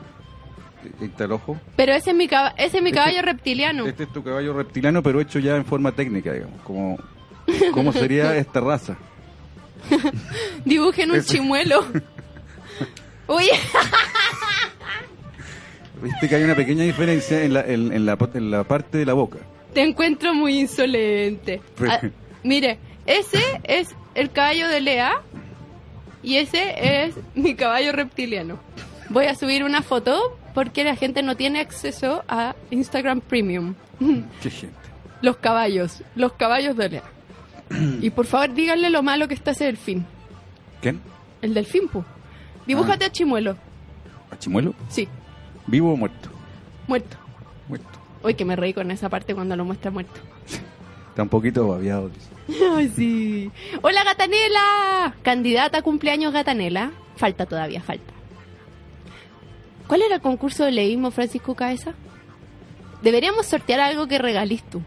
Speaker 2: Ahí está el ojo.
Speaker 1: Pero ese es mi, caba- ese es mi
Speaker 2: Este-
Speaker 1: caballo reptiliano.
Speaker 2: Este es tu caballo reptiliano, pero hecho ya en forma técnica, digamos. Como, ¿Cómo sería esta raza?
Speaker 1: Dibujen un
Speaker 2: ese-
Speaker 1: chimuelo. Oye,
Speaker 2: Viste que hay una pequeña diferencia en la, en, en la, po- en la parte de la boca.
Speaker 1: te encuentro muy insolente. Ah, mire, ese es el caballo de Lea. Y ese es mi caballo reptiliano. Voy a subir una foto porque la gente no tiene acceso a Instagram Premium.
Speaker 2: Qué gente.
Speaker 1: Los caballos, los caballos de Lea. Y por favor, díganle lo malo que está ese delfín.
Speaker 2: ¿Quién?
Speaker 1: El delfín, pu. Dibújate a Chimuelo.
Speaker 2: ¿A Chimuelo?
Speaker 1: Sí,
Speaker 2: ¿Vivo o muerto?
Speaker 1: muerto.
Speaker 2: Muerto.
Speaker 1: Uy, que me reí con esa parte cuando lo muestra muerto.
Speaker 2: Está un poquito babeado. dice.
Speaker 1: Ay, sí. ¡Hola, Gatanela! Candidata a cumpleaños Gatanela. Falta todavía, falta. ¿Cuál era el concurso de leísmo, Francisco Caesa? Deberíamos sortear algo que regalís tú.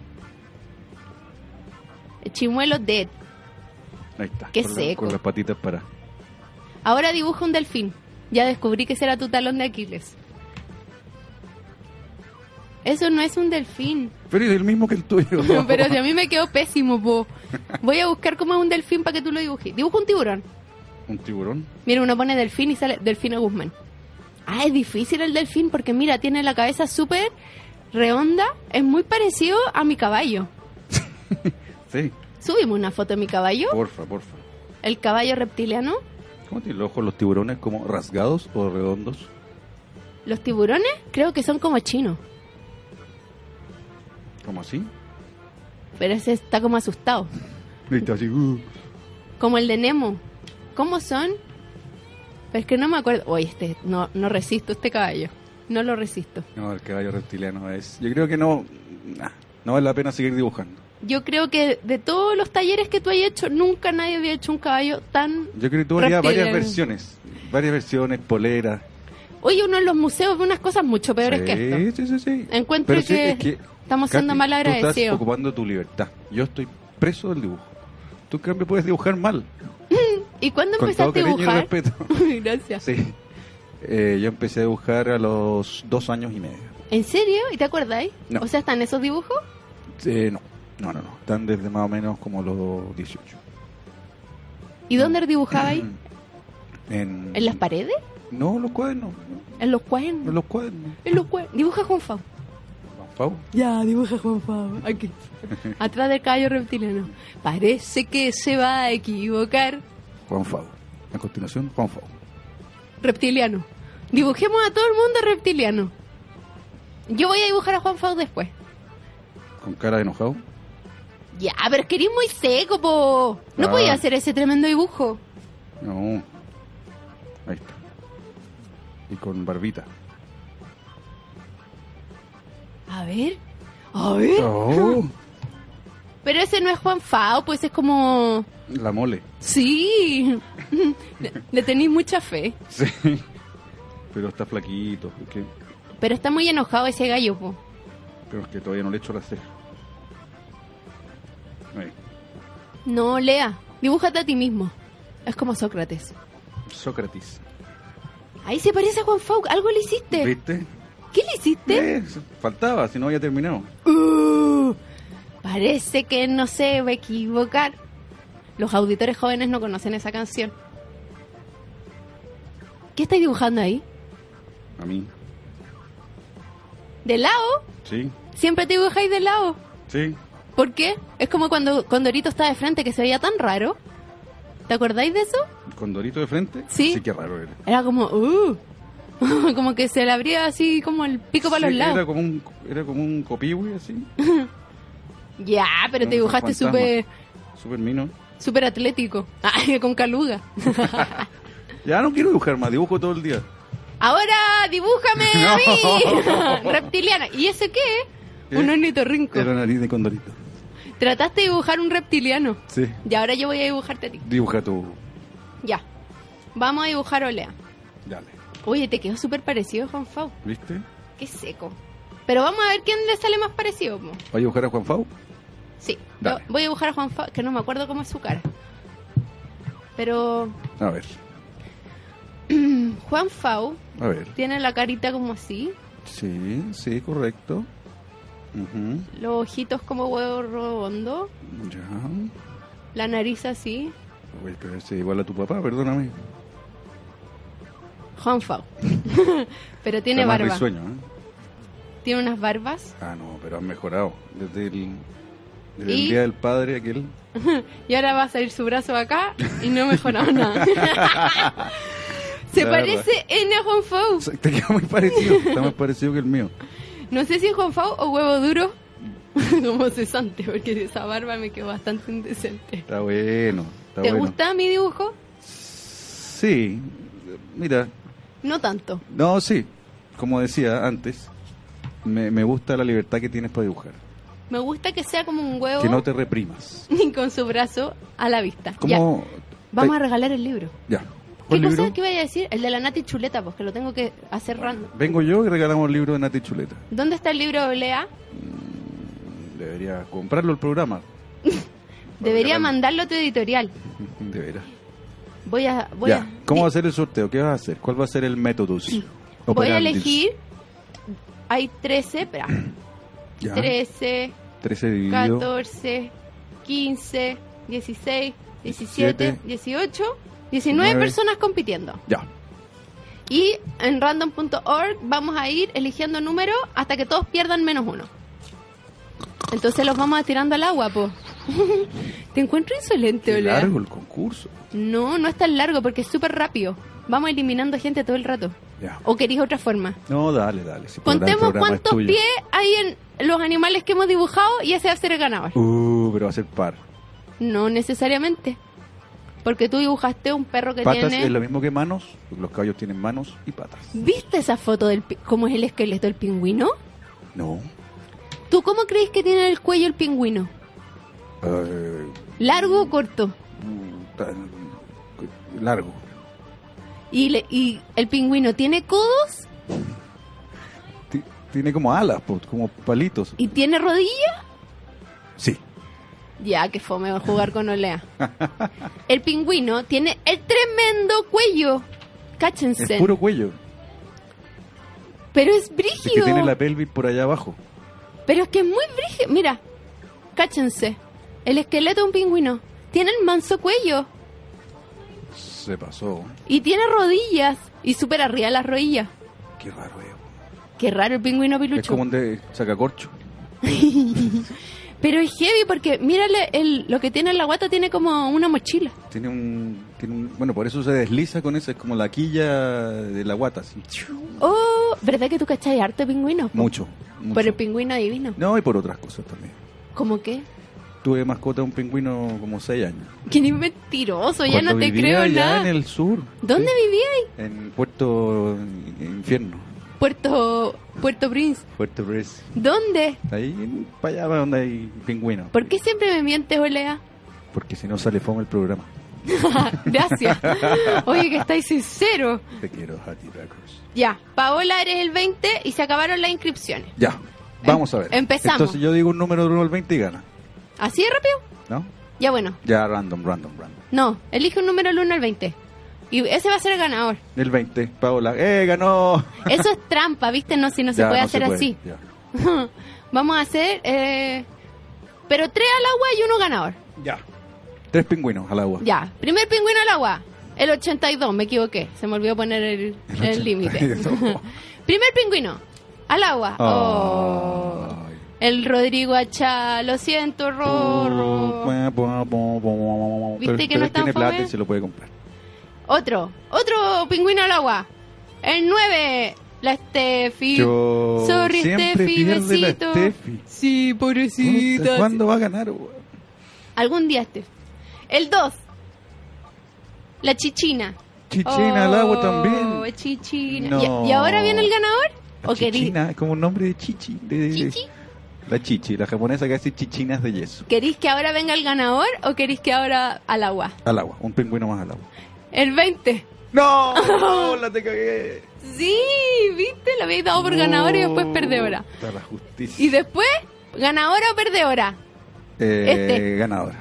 Speaker 1: Chimuelo Dead.
Speaker 2: Ahí está.
Speaker 1: Qué
Speaker 2: con la-
Speaker 1: seco.
Speaker 2: con las patitas para.
Speaker 1: Ahora dibuja un delfín. Ya descubrí que será tu talón de Aquiles. Eso no es un delfín.
Speaker 2: Pero es el mismo que el tuyo.
Speaker 1: Pero si a mí me quedó pésimo, po. Voy a buscar cómo es un delfín para que tú lo dibujes. Dibuja un tiburón.
Speaker 2: ¿Un tiburón?
Speaker 1: Mira, uno pone delfín y sale Delfino Guzmán. Ah, es difícil el delfín porque mira, tiene la cabeza súper redonda. Es muy parecido a mi caballo.
Speaker 2: Sí.
Speaker 1: Subimos una foto de mi caballo.
Speaker 2: Porfa, porfa.
Speaker 1: El caballo reptiliano.
Speaker 2: ¿Cómo tienen los ojos los tiburones? ¿Como rasgados o redondos?
Speaker 1: Los tiburones creo que son como chinos.
Speaker 2: ¿Como así?
Speaker 1: Pero ese está como asustado.
Speaker 2: Y está así. uh.
Speaker 1: Como el de Nemo. ¿Cómo son? Pero es que no me acuerdo. Oye, este, no, no resisto este caballo. No lo resisto.
Speaker 2: No, el caballo reptiliano es. Yo creo que no. nah, no vale la pena seguir dibujando.
Speaker 1: Yo creo que de todos los talleres que tú has hecho, nunca nadie había hecho un caballo tan...
Speaker 2: Yo creo que tú harías varias
Speaker 1: Reptiliano.
Speaker 2: versiones varias versiones, poleras.
Speaker 1: Hoy uno en los museos ve unas cosas mucho peores
Speaker 2: sí,
Speaker 1: que esto.
Speaker 2: Sí, sí, sí.
Speaker 1: Encuentro
Speaker 2: Pero sí,
Speaker 1: que
Speaker 2: es que,
Speaker 1: estamos siendo
Speaker 2: Katy,
Speaker 1: mal
Speaker 2: Tú estás
Speaker 1: agradecidos.
Speaker 2: ocupando tu libertad. Yo estoy preso del dibujo. Tú, en cambio, puedes dibujar mal.
Speaker 1: ¿Y cuándo
Speaker 2: Con todo
Speaker 1: empezaste a
Speaker 2: cariño y
Speaker 1: dibujar?
Speaker 2: respeto.
Speaker 1: Gracias.
Speaker 2: Sí. Eh, yo empecé a dibujar a los dos años y medio.
Speaker 1: ¿En serio? ¿Y te acordáis?
Speaker 2: No.
Speaker 1: O sea, ¿están esos dibujos?
Speaker 2: Eh, no, no, no, no. Están desde más o menos como los 18.
Speaker 1: ¿Y dónde dibujabais?
Speaker 2: En,
Speaker 1: ¿En las paredes?
Speaker 2: No, los cuadernos.
Speaker 1: ¿En los
Speaker 2: no,
Speaker 1: cuernos?
Speaker 2: Los cuadernos.
Speaker 1: En los cuernos. Dibuja Juan Fau.
Speaker 2: Pau.
Speaker 1: Ya, dibuja Juan Fau. Aquí. Atrás del caballo reptiliano. Parece que se va a equivocar.
Speaker 2: Juan Fau. A continuación, Juan Fau.
Speaker 1: Reptiliano. Dibujemos a todo el mundo reptiliano. Yo voy a dibujar a Juan Fau después.
Speaker 2: Con cara de enojado.
Speaker 1: Ya, pero es que eres muy seco, po. No
Speaker 2: Ah.
Speaker 1: podía hacer ese tremendo dibujo.
Speaker 2: No. Ahí está. Y con barbita.
Speaker 1: A ver. A ver.
Speaker 2: Oh,
Speaker 1: Pero ese no es Juan Fao, pues es como...
Speaker 2: la mole.
Speaker 1: Sí. Le, le tenéis mucha fe.
Speaker 2: Sí. Pero está flaquito. porque-
Speaker 1: Pero está muy enojado ese gallo, po.
Speaker 2: Pero es que todavía no le echo la ceja. Ahí.
Speaker 1: No, Lea. Dibújate a ti mismo. Es como Sócrates.
Speaker 2: Sócrates.
Speaker 1: Ahí se parece a Juan Fao. Algo le hiciste.
Speaker 2: ¿Viste?
Speaker 1: ¿Qué le hiciste?
Speaker 2: Eh, faltaba, si no había terminado.
Speaker 1: Uh, parece que no se va a equivocar. Los auditores jóvenes no conocen esa canción. ¿Qué estáis dibujando ahí?
Speaker 2: A mí.
Speaker 1: ¿De lado?
Speaker 2: Sí.
Speaker 1: Siempre te dibujáis de lado.
Speaker 2: Sí.
Speaker 1: ¿Por qué? Es como cuando Condorito está de frente que se veía tan raro. ¿Te acordáis de eso?
Speaker 2: Con Dorito de frente.
Speaker 1: Sí.
Speaker 2: Sí, qué raro era.
Speaker 1: Era como, uh, como que se le abría así como el pico para
Speaker 2: Sí,
Speaker 1: los lados.
Speaker 2: Era como un, era como un copihue, así.
Speaker 1: Ya, pero te
Speaker 2: Era un
Speaker 1: dibujaste
Speaker 2: fantasma.
Speaker 1: súper
Speaker 2: Súper mino.
Speaker 1: super atlético. Ay, con caluga.
Speaker 2: Ya no quiero dibujar más, dibujo todo el día.
Speaker 1: Ahora dibújame a mí,
Speaker 2: No.
Speaker 1: reptiliana. ¿Y eso qué?
Speaker 2: ¿Qué?
Speaker 1: Un ornitorrinco.
Speaker 2: ¿Eh? Era nariz de condorito.
Speaker 1: Trataste de dibujar un reptiliano.
Speaker 2: Sí.
Speaker 1: Y ahora yo voy a dibujarte a ti.
Speaker 2: Dibuja tú.
Speaker 1: Ya. Vamos a dibujar a Olea.
Speaker 2: Dale.
Speaker 1: Oye, te quedó súper parecido, Juan Fau.
Speaker 2: ¿Viste?
Speaker 1: Qué seco. Pero vamos a ver quién le sale más parecido. po.
Speaker 2: ¿Va a dibujar a Juan Fau?
Speaker 1: Sí, yo
Speaker 2: Dale.
Speaker 1: voy a dibujar a Juan Fau, que no me acuerdo cómo es su cara. Pero
Speaker 2: A ver.
Speaker 1: Juan Fau
Speaker 2: A ver.
Speaker 1: tiene la carita como así,
Speaker 2: Sí, sí, correcto. Ujú.
Speaker 1: los ojitos como huevo redondo,
Speaker 2: Ya.
Speaker 1: la nariz así.
Speaker 2: Oye, pero ese es igual a tu papá, perdóname.
Speaker 1: Juan Fau. pero tiene
Speaker 2: Está más
Speaker 1: barba.
Speaker 2: risueño, ¿eh?
Speaker 1: Tiene unas barbas.
Speaker 2: Ah, no, pero han mejorado. Desde el, desde
Speaker 1: Y-
Speaker 2: el Día del Padre, aquel.
Speaker 1: Y ahora va a salir su brazo acá y no mejorado nada. Se
Speaker 2: La
Speaker 1: parece N a Juan Fau.
Speaker 2: O sea, Te queda muy parecido. Está más parecido que el mío.
Speaker 1: No sé si es Juan Fau o huevo duro. Como cesante, porque esa barba me quedó bastante indecente.
Speaker 2: Está bueno. Está
Speaker 1: ¿Te
Speaker 2: bueno.
Speaker 1: gusta mi dibujo?
Speaker 2: Sí. Mira,
Speaker 1: No tanto.
Speaker 2: no, sí. Como decía antes, me, me gusta la libertad que tienes para dibujar.
Speaker 1: Me gusta que sea como un huevo
Speaker 2: Que no te reprimas.
Speaker 1: y con su brazo a la vista. Ya,
Speaker 2: ¿Cómo?
Speaker 1: vamos a regalar el libro.
Speaker 2: Ya.
Speaker 1: ¿Qué
Speaker 2: ¿Cuál libro?
Speaker 1: cosa que vaya a decir? El de la Nati Chuleta, pues que lo tengo que hacer random.
Speaker 2: Vengo yo y regalamos el libro de Nati Chuleta.
Speaker 1: ¿Dónde está el libro de Lea?
Speaker 2: Debería comprarlo el programa.
Speaker 1: Debería
Speaker 2: regalarlo.
Speaker 1: mandarlo a tu editorial.
Speaker 2: Debería.
Speaker 1: Voy a. Voy
Speaker 2: Ya.
Speaker 1: a
Speaker 2: ¿Cómo va a ser el sorteo? ¿Qué vas a hacer? ¿Cuál va a ser el método?
Speaker 1: Voy a elegir. Hay 13, espera.
Speaker 2: Ya.
Speaker 1: 13,
Speaker 2: 13 dividido.
Speaker 1: 14, 15, 16, 17,
Speaker 2: Diecisiete.
Speaker 1: 18, 19
Speaker 2: Diecinueve.
Speaker 1: personas compitiendo.
Speaker 2: Ya.
Speaker 1: Y en random.org vamos a ir eligiendo números hasta que todos pierdan menos uno. Entonces los vamos tirando al agua, po. Te encuentro insolente,
Speaker 2: Qué
Speaker 1: Olea.
Speaker 2: largo el concurso.
Speaker 1: No, no es tan largo porque es súper rápido. Vamos eliminando gente todo el rato.
Speaker 2: Ya.
Speaker 1: ¿O querís otra forma?
Speaker 2: No, dale, dale. si
Speaker 1: Oh.
Speaker 2: el programa- el
Speaker 1: Contemos
Speaker 2: programa es
Speaker 1: cuántos
Speaker 2: tuyo.
Speaker 1: pies hay en los animales que hemos dibujado y ese va a ser el ganador.
Speaker 2: Uh, pero va a ser par.
Speaker 1: No necesariamente. Porque tú dibujaste un perro que
Speaker 2: Patas
Speaker 1: tiene...
Speaker 2: es lo mismo que manos. porque Los caballos tienen manos y patas.
Speaker 1: ¿Viste esa foto del... pi- cómo es el esqueleto del pingüino?
Speaker 2: No.
Speaker 1: ¿Tú cómo crees que tiene el cuello el pingüino?
Speaker 2: Eh,
Speaker 1: ¿Largo o corto?
Speaker 2: mm, tan- largo.
Speaker 1: ¿Y, le- y el pingüino tiene codos
Speaker 2: Ti- Tiene como alas, pues, como palitos.
Speaker 1: y tiene rodillas?
Speaker 2: Sí.
Speaker 1: Ya, que fue mejor jugar con Olea. El pingüino tiene el tremendo cuello. Cáchense.
Speaker 2: Es puro cuello.
Speaker 1: Pero es
Speaker 2: Es que
Speaker 1: brígido.
Speaker 2: tiene la pelvis por allá abajo.
Speaker 1: Pero es que es muy brígido. Mira, cáchense. El esqueleto de un pingüino. Tiene el manso cuello.
Speaker 2: Se pasó.
Speaker 1: Y tiene rodillas. Y súper arriba las rodillas.
Speaker 2: Qué raro es.
Speaker 1: Qué raro el pingüino pilucho.
Speaker 2: Es como un de sacacorcho.
Speaker 1: Pero es heavy porque mírale el, lo que tiene en la guata tiene como una mochila.
Speaker 2: Tiene un, tiene un- Bueno, por eso se desliza con ese, es como la quilla de la guata. así.
Speaker 1: Oh, ¿verdad que tú cachai harto pingüino?
Speaker 2: Mucho. mucho.
Speaker 1: Por el pingüino divino.
Speaker 2: No, y por otras cosas también.
Speaker 1: ¿Cómo qué?
Speaker 2: Tuve mascota de un pingüino como 6 años.
Speaker 1: Que ni mentiroso, ya
Speaker 2: Cuando
Speaker 1: no te
Speaker 2: vivía
Speaker 1: creo
Speaker 2: allá
Speaker 1: nada.
Speaker 2: en el sur.
Speaker 1: ¿Dónde
Speaker 2: Sí,
Speaker 1: vivía ahí?
Speaker 2: En Puerto Infierno.
Speaker 1: Puerto, Puerto Prince.
Speaker 2: Puerto Riz.
Speaker 1: ¿Dónde?
Speaker 2: Ahí, para allá donde hay pingüinos.
Speaker 1: ¿Por qué siempre me mientes, Olea?
Speaker 2: Porque si no sale fome el programa.
Speaker 1: Gracias. Oye, que estáis sincero.
Speaker 2: Te quiero, Hattie Records.
Speaker 1: Ya, Paola eres el 20 y se acabaron las inscripciones.
Speaker 2: Ya, vamos a ver.
Speaker 1: Em, empezamos.
Speaker 2: Entonces yo digo un número del 1 al 20 y gana,
Speaker 1: ¿Así de rápido?
Speaker 2: ¿no?
Speaker 1: Ya bueno.
Speaker 2: Ya, random, random, random.
Speaker 1: No, elige un número del 1 al 20. Y ese va a ser el ganador.
Speaker 2: El 20, Paola. ¡Eh, ganó!
Speaker 1: Eso es trampa, ¿viste? No, si no se
Speaker 2: Ya,
Speaker 1: puede
Speaker 2: no
Speaker 1: hacer
Speaker 2: puede,
Speaker 1: así.
Speaker 2: ya.
Speaker 1: Vamos a hacer... eh, pero tres al agua y uno ganador.
Speaker 2: Tres pingüinos al agua.
Speaker 1: Ya, primer pingüino al agua. El 82, me equivoqué. Se me olvidó poner el
Speaker 2: El
Speaker 1: el límite.
Speaker 2: 82.
Speaker 1: primer pingüino al agua. Oh.
Speaker 2: Ay.
Speaker 1: El Rodrigo Achá, lo siento, Rorro.
Speaker 2: Pero,
Speaker 1: ¿Viste que
Speaker 2: pero
Speaker 1: no es tan
Speaker 2: tiene plata
Speaker 1: fome?
Speaker 2: y se lo puede comprar.
Speaker 1: Otro, otro pingüino al agua. El 9, la Steffi.
Speaker 2: Yo
Speaker 1: Sorry,
Speaker 2: siempre
Speaker 1: Steffi,
Speaker 2: pierde la
Speaker 1: besito.
Speaker 2: Steffi.
Speaker 1: Sí, pobrecita.
Speaker 2: ¿Cuándo va a ganar? güey?
Speaker 1: Algún día, Steph. El 2, la Chichina.
Speaker 2: Chichina al agua
Speaker 1: Oh,
Speaker 2: también.
Speaker 1: Chichina.
Speaker 2: No.
Speaker 1: ¿Y, y ahora viene el ganador?
Speaker 2: La
Speaker 1: ¿O querís-
Speaker 2: chichina es como un nombre de chichi. de- de-
Speaker 1: ¿Chichi?
Speaker 2: La chichi, la japonesa que hace chichinas de yeso.
Speaker 1: ¿Queréis que ahora venga el ganador o queréis que ahora al agua?
Speaker 2: Al agua, un pingüino más al agua.
Speaker 1: El 20.
Speaker 2: ¡No! ¡No! ¡La te cagué!
Speaker 1: Sí, viste, lo habéis dado por ganador y después perdedora.
Speaker 2: Puta la justicia.
Speaker 1: Y después, ganadora o perdedora.
Speaker 2: Eh,
Speaker 1: este.
Speaker 2: Ganadora.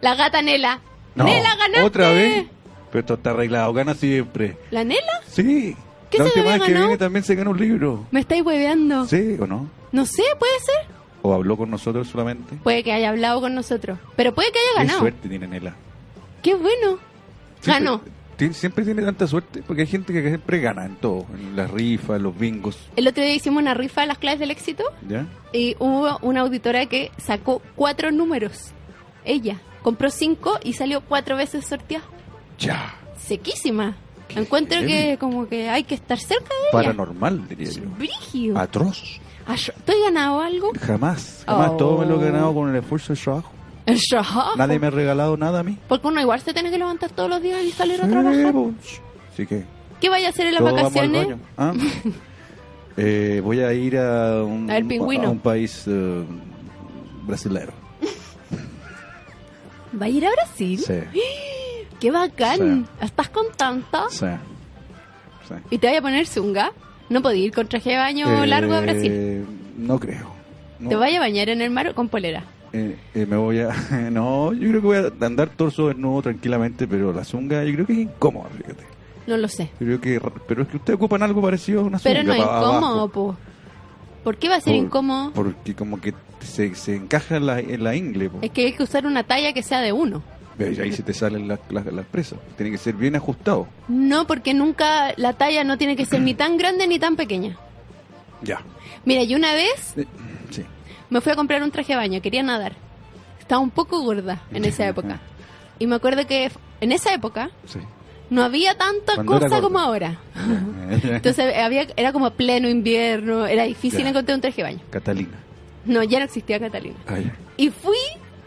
Speaker 1: La gata Nela.
Speaker 2: No,
Speaker 1: Nela ganaste.
Speaker 2: ¿Otra vez? Pero esto está arreglado, gana siempre.
Speaker 1: ¿La Nela?
Speaker 2: Sí.
Speaker 1: ¿Qué
Speaker 2: la
Speaker 1: se
Speaker 2: última
Speaker 1: había
Speaker 2: vez que
Speaker 1: ganado? Oh.
Speaker 2: viene también se gana un libro.
Speaker 1: ¿Me estáis hueveando?
Speaker 2: ¿Sí o no?
Speaker 1: No sé, puede ser.
Speaker 2: ¿O habló con nosotros solamente?
Speaker 1: Puede que haya hablado con nosotros. Pero puede que haya
Speaker 2: Qué
Speaker 1: ganado.
Speaker 2: suerte tiene Nela.
Speaker 1: Qué bueno.
Speaker 2: Siempre-
Speaker 1: Ganó.
Speaker 2: ti- Siempre tiene tanta suerte porque hay gente que siempre gana en todo, en las rifas, en los bingos,
Speaker 1: El otro día hicimos una rifa de las claves del éxito
Speaker 2: ¿ya?
Speaker 1: y hubo una auditora que sacó cuatro números. Ella compró cinco y salió cuatro veces sorteada.
Speaker 2: Ya.
Speaker 1: sequísima. Encuentro
Speaker 2: heavy.
Speaker 1: que como que hay que estar cerca de ella.
Speaker 2: Paranormal, diría
Speaker 1: Es
Speaker 2: yo.
Speaker 1: brígido.
Speaker 2: Atroz.
Speaker 1: Ah, yo- ¿Tú has ganado algo?
Speaker 2: Jamás, jamás
Speaker 1: Oh.
Speaker 2: todo me lo he ganado con el esfuerzo del trabajo.
Speaker 1: El trabajo.
Speaker 2: Nadie me ha regalado nada a mí.
Speaker 1: Porque uno igual se tiene que levantar todos los días y salir a
Speaker 2: Sí,
Speaker 1: trabajar.
Speaker 2: pues. Así que
Speaker 1: ¿Qué vaya a hacer en las
Speaker 2: todos vamos al
Speaker 1: vacaciones?
Speaker 2: baño. ¿Ah? Eh, voy a ir a un,
Speaker 1: A ver, pingüino.
Speaker 2: a un país eh, brasilero.
Speaker 1: ¿Va a ir a Brasil? ¡Qué bacán! ¿Estás con tanta?
Speaker 2: sí, sí.
Speaker 1: ¿Y te vaya a poner zunga? No podía ir con traje de baño
Speaker 2: Eh,
Speaker 1: largo a Brasil.
Speaker 2: No creo. No.
Speaker 1: Te vaya a bañar en el mar con polera.
Speaker 2: Eh, eh, me voy a. No, yo creo que voy a andar torso desnudo tranquilamente, pero la zunga yo creo que es incómoda, fíjate.
Speaker 1: No lo sé.
Speaker 2: Yo creo que. Pero es que ustedes ocupan algo parecido a una zunga.
Speaker 1: Pero no es
Speaker 2: pa' abajo.
Speaker 1: incómodo, po. ¿Por qué va a ser
Speaker 2: Por-
Speaker 1: incómodo?
Speaker 2: Porque como que se, se encaja en la, en la ingle, po.
Speaker 1: Es que hay que usar una talla que sea de uno.
Speaker 2: Ve, y ahí se te salen las las- las presas. Tiene que ser bien ajustado.
Speaker 1: No, porque nunca la talla no tiene que ser ni tan grande ni tan pequeña.
Speaker 2: Ya.
Speaker 1: Mira, yo una vez
Speaker 2: Eh, Sí.
Speaker 1: me fui a comprar un traje de baño, quería nadar. Estaba un poco gorda en esa época. Y me acuerdo que f- en esa época
Speaker 2: Sí.
Speaker 1: no había tanta
Speaker 2: Cuando era
Speaker 1: cosa
Speaker 2: gorda.
Speaker 1: como ahora.
Speaker 2: Ya.
Speaker 1: Entonces había, era como pleno invierno, era difícil
Speaker 2: Ya.
Speaker 1: encontrar un traje de baño.
Speaker 2: Catalina.
Speaker 1: No, ya no existía Catalina.
Speaker 2: Ay.
Speaker 1: Y fui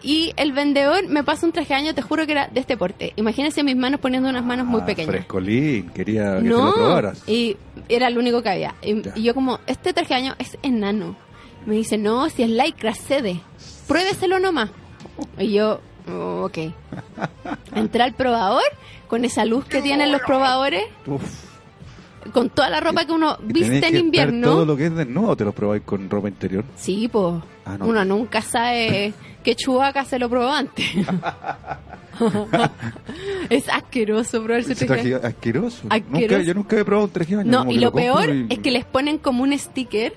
Speaker 1: y el vendedor me pasó un traje de baño, te juro que era de este porte. Imagínense mis manos poniendo unas manos muy
Speaker 2: Ah,
Speaker 1: pequeñas.
Speaker 2: Frescolín, quería que te lo
Speaker 1: No,
Speaker 2: probaras.
Speaker 1: y era el único que había. Y,
Speaker 2: Ya.
Speaker 1: y yo como, este traje de baño es enano. Me dice, no, si es lycra, cede. Pruébeselo nomás. Y yo, Oh, ok. Entra al probador con esa luz que tienen los probadores,
Speaker 2: Uf.
Speaker 1: con toda la ropa que uno
Speaker 2: Y tenés
Speaker 1: viste en
Speaker 2: que estar Todo
Speaker 1: invierno.
Speaker 2: lo que es desnudo te lo probáis con ropa interior.
Speaker 1: Sí, pues.
Speaker 2: Ah, no.
Speaker 1: Uno nunca sabe que Chubaca se lo probó antes. es asqueroso probarse
Speaker 2: Ese
Speaker 1: traje.
Speaker 2: traje asqueroso.
Speaker 1: Asqueroso.
Speaker 2: Nunca- yo nunca he probado un traje de baño.
Speaker 1: No,
Speaker 2: como
Speaker 1: y
Speaker 2: que
Speaker 1: lo peor
Speaker 2: compro y-
Speaker 1: es que les ponen como un sticker.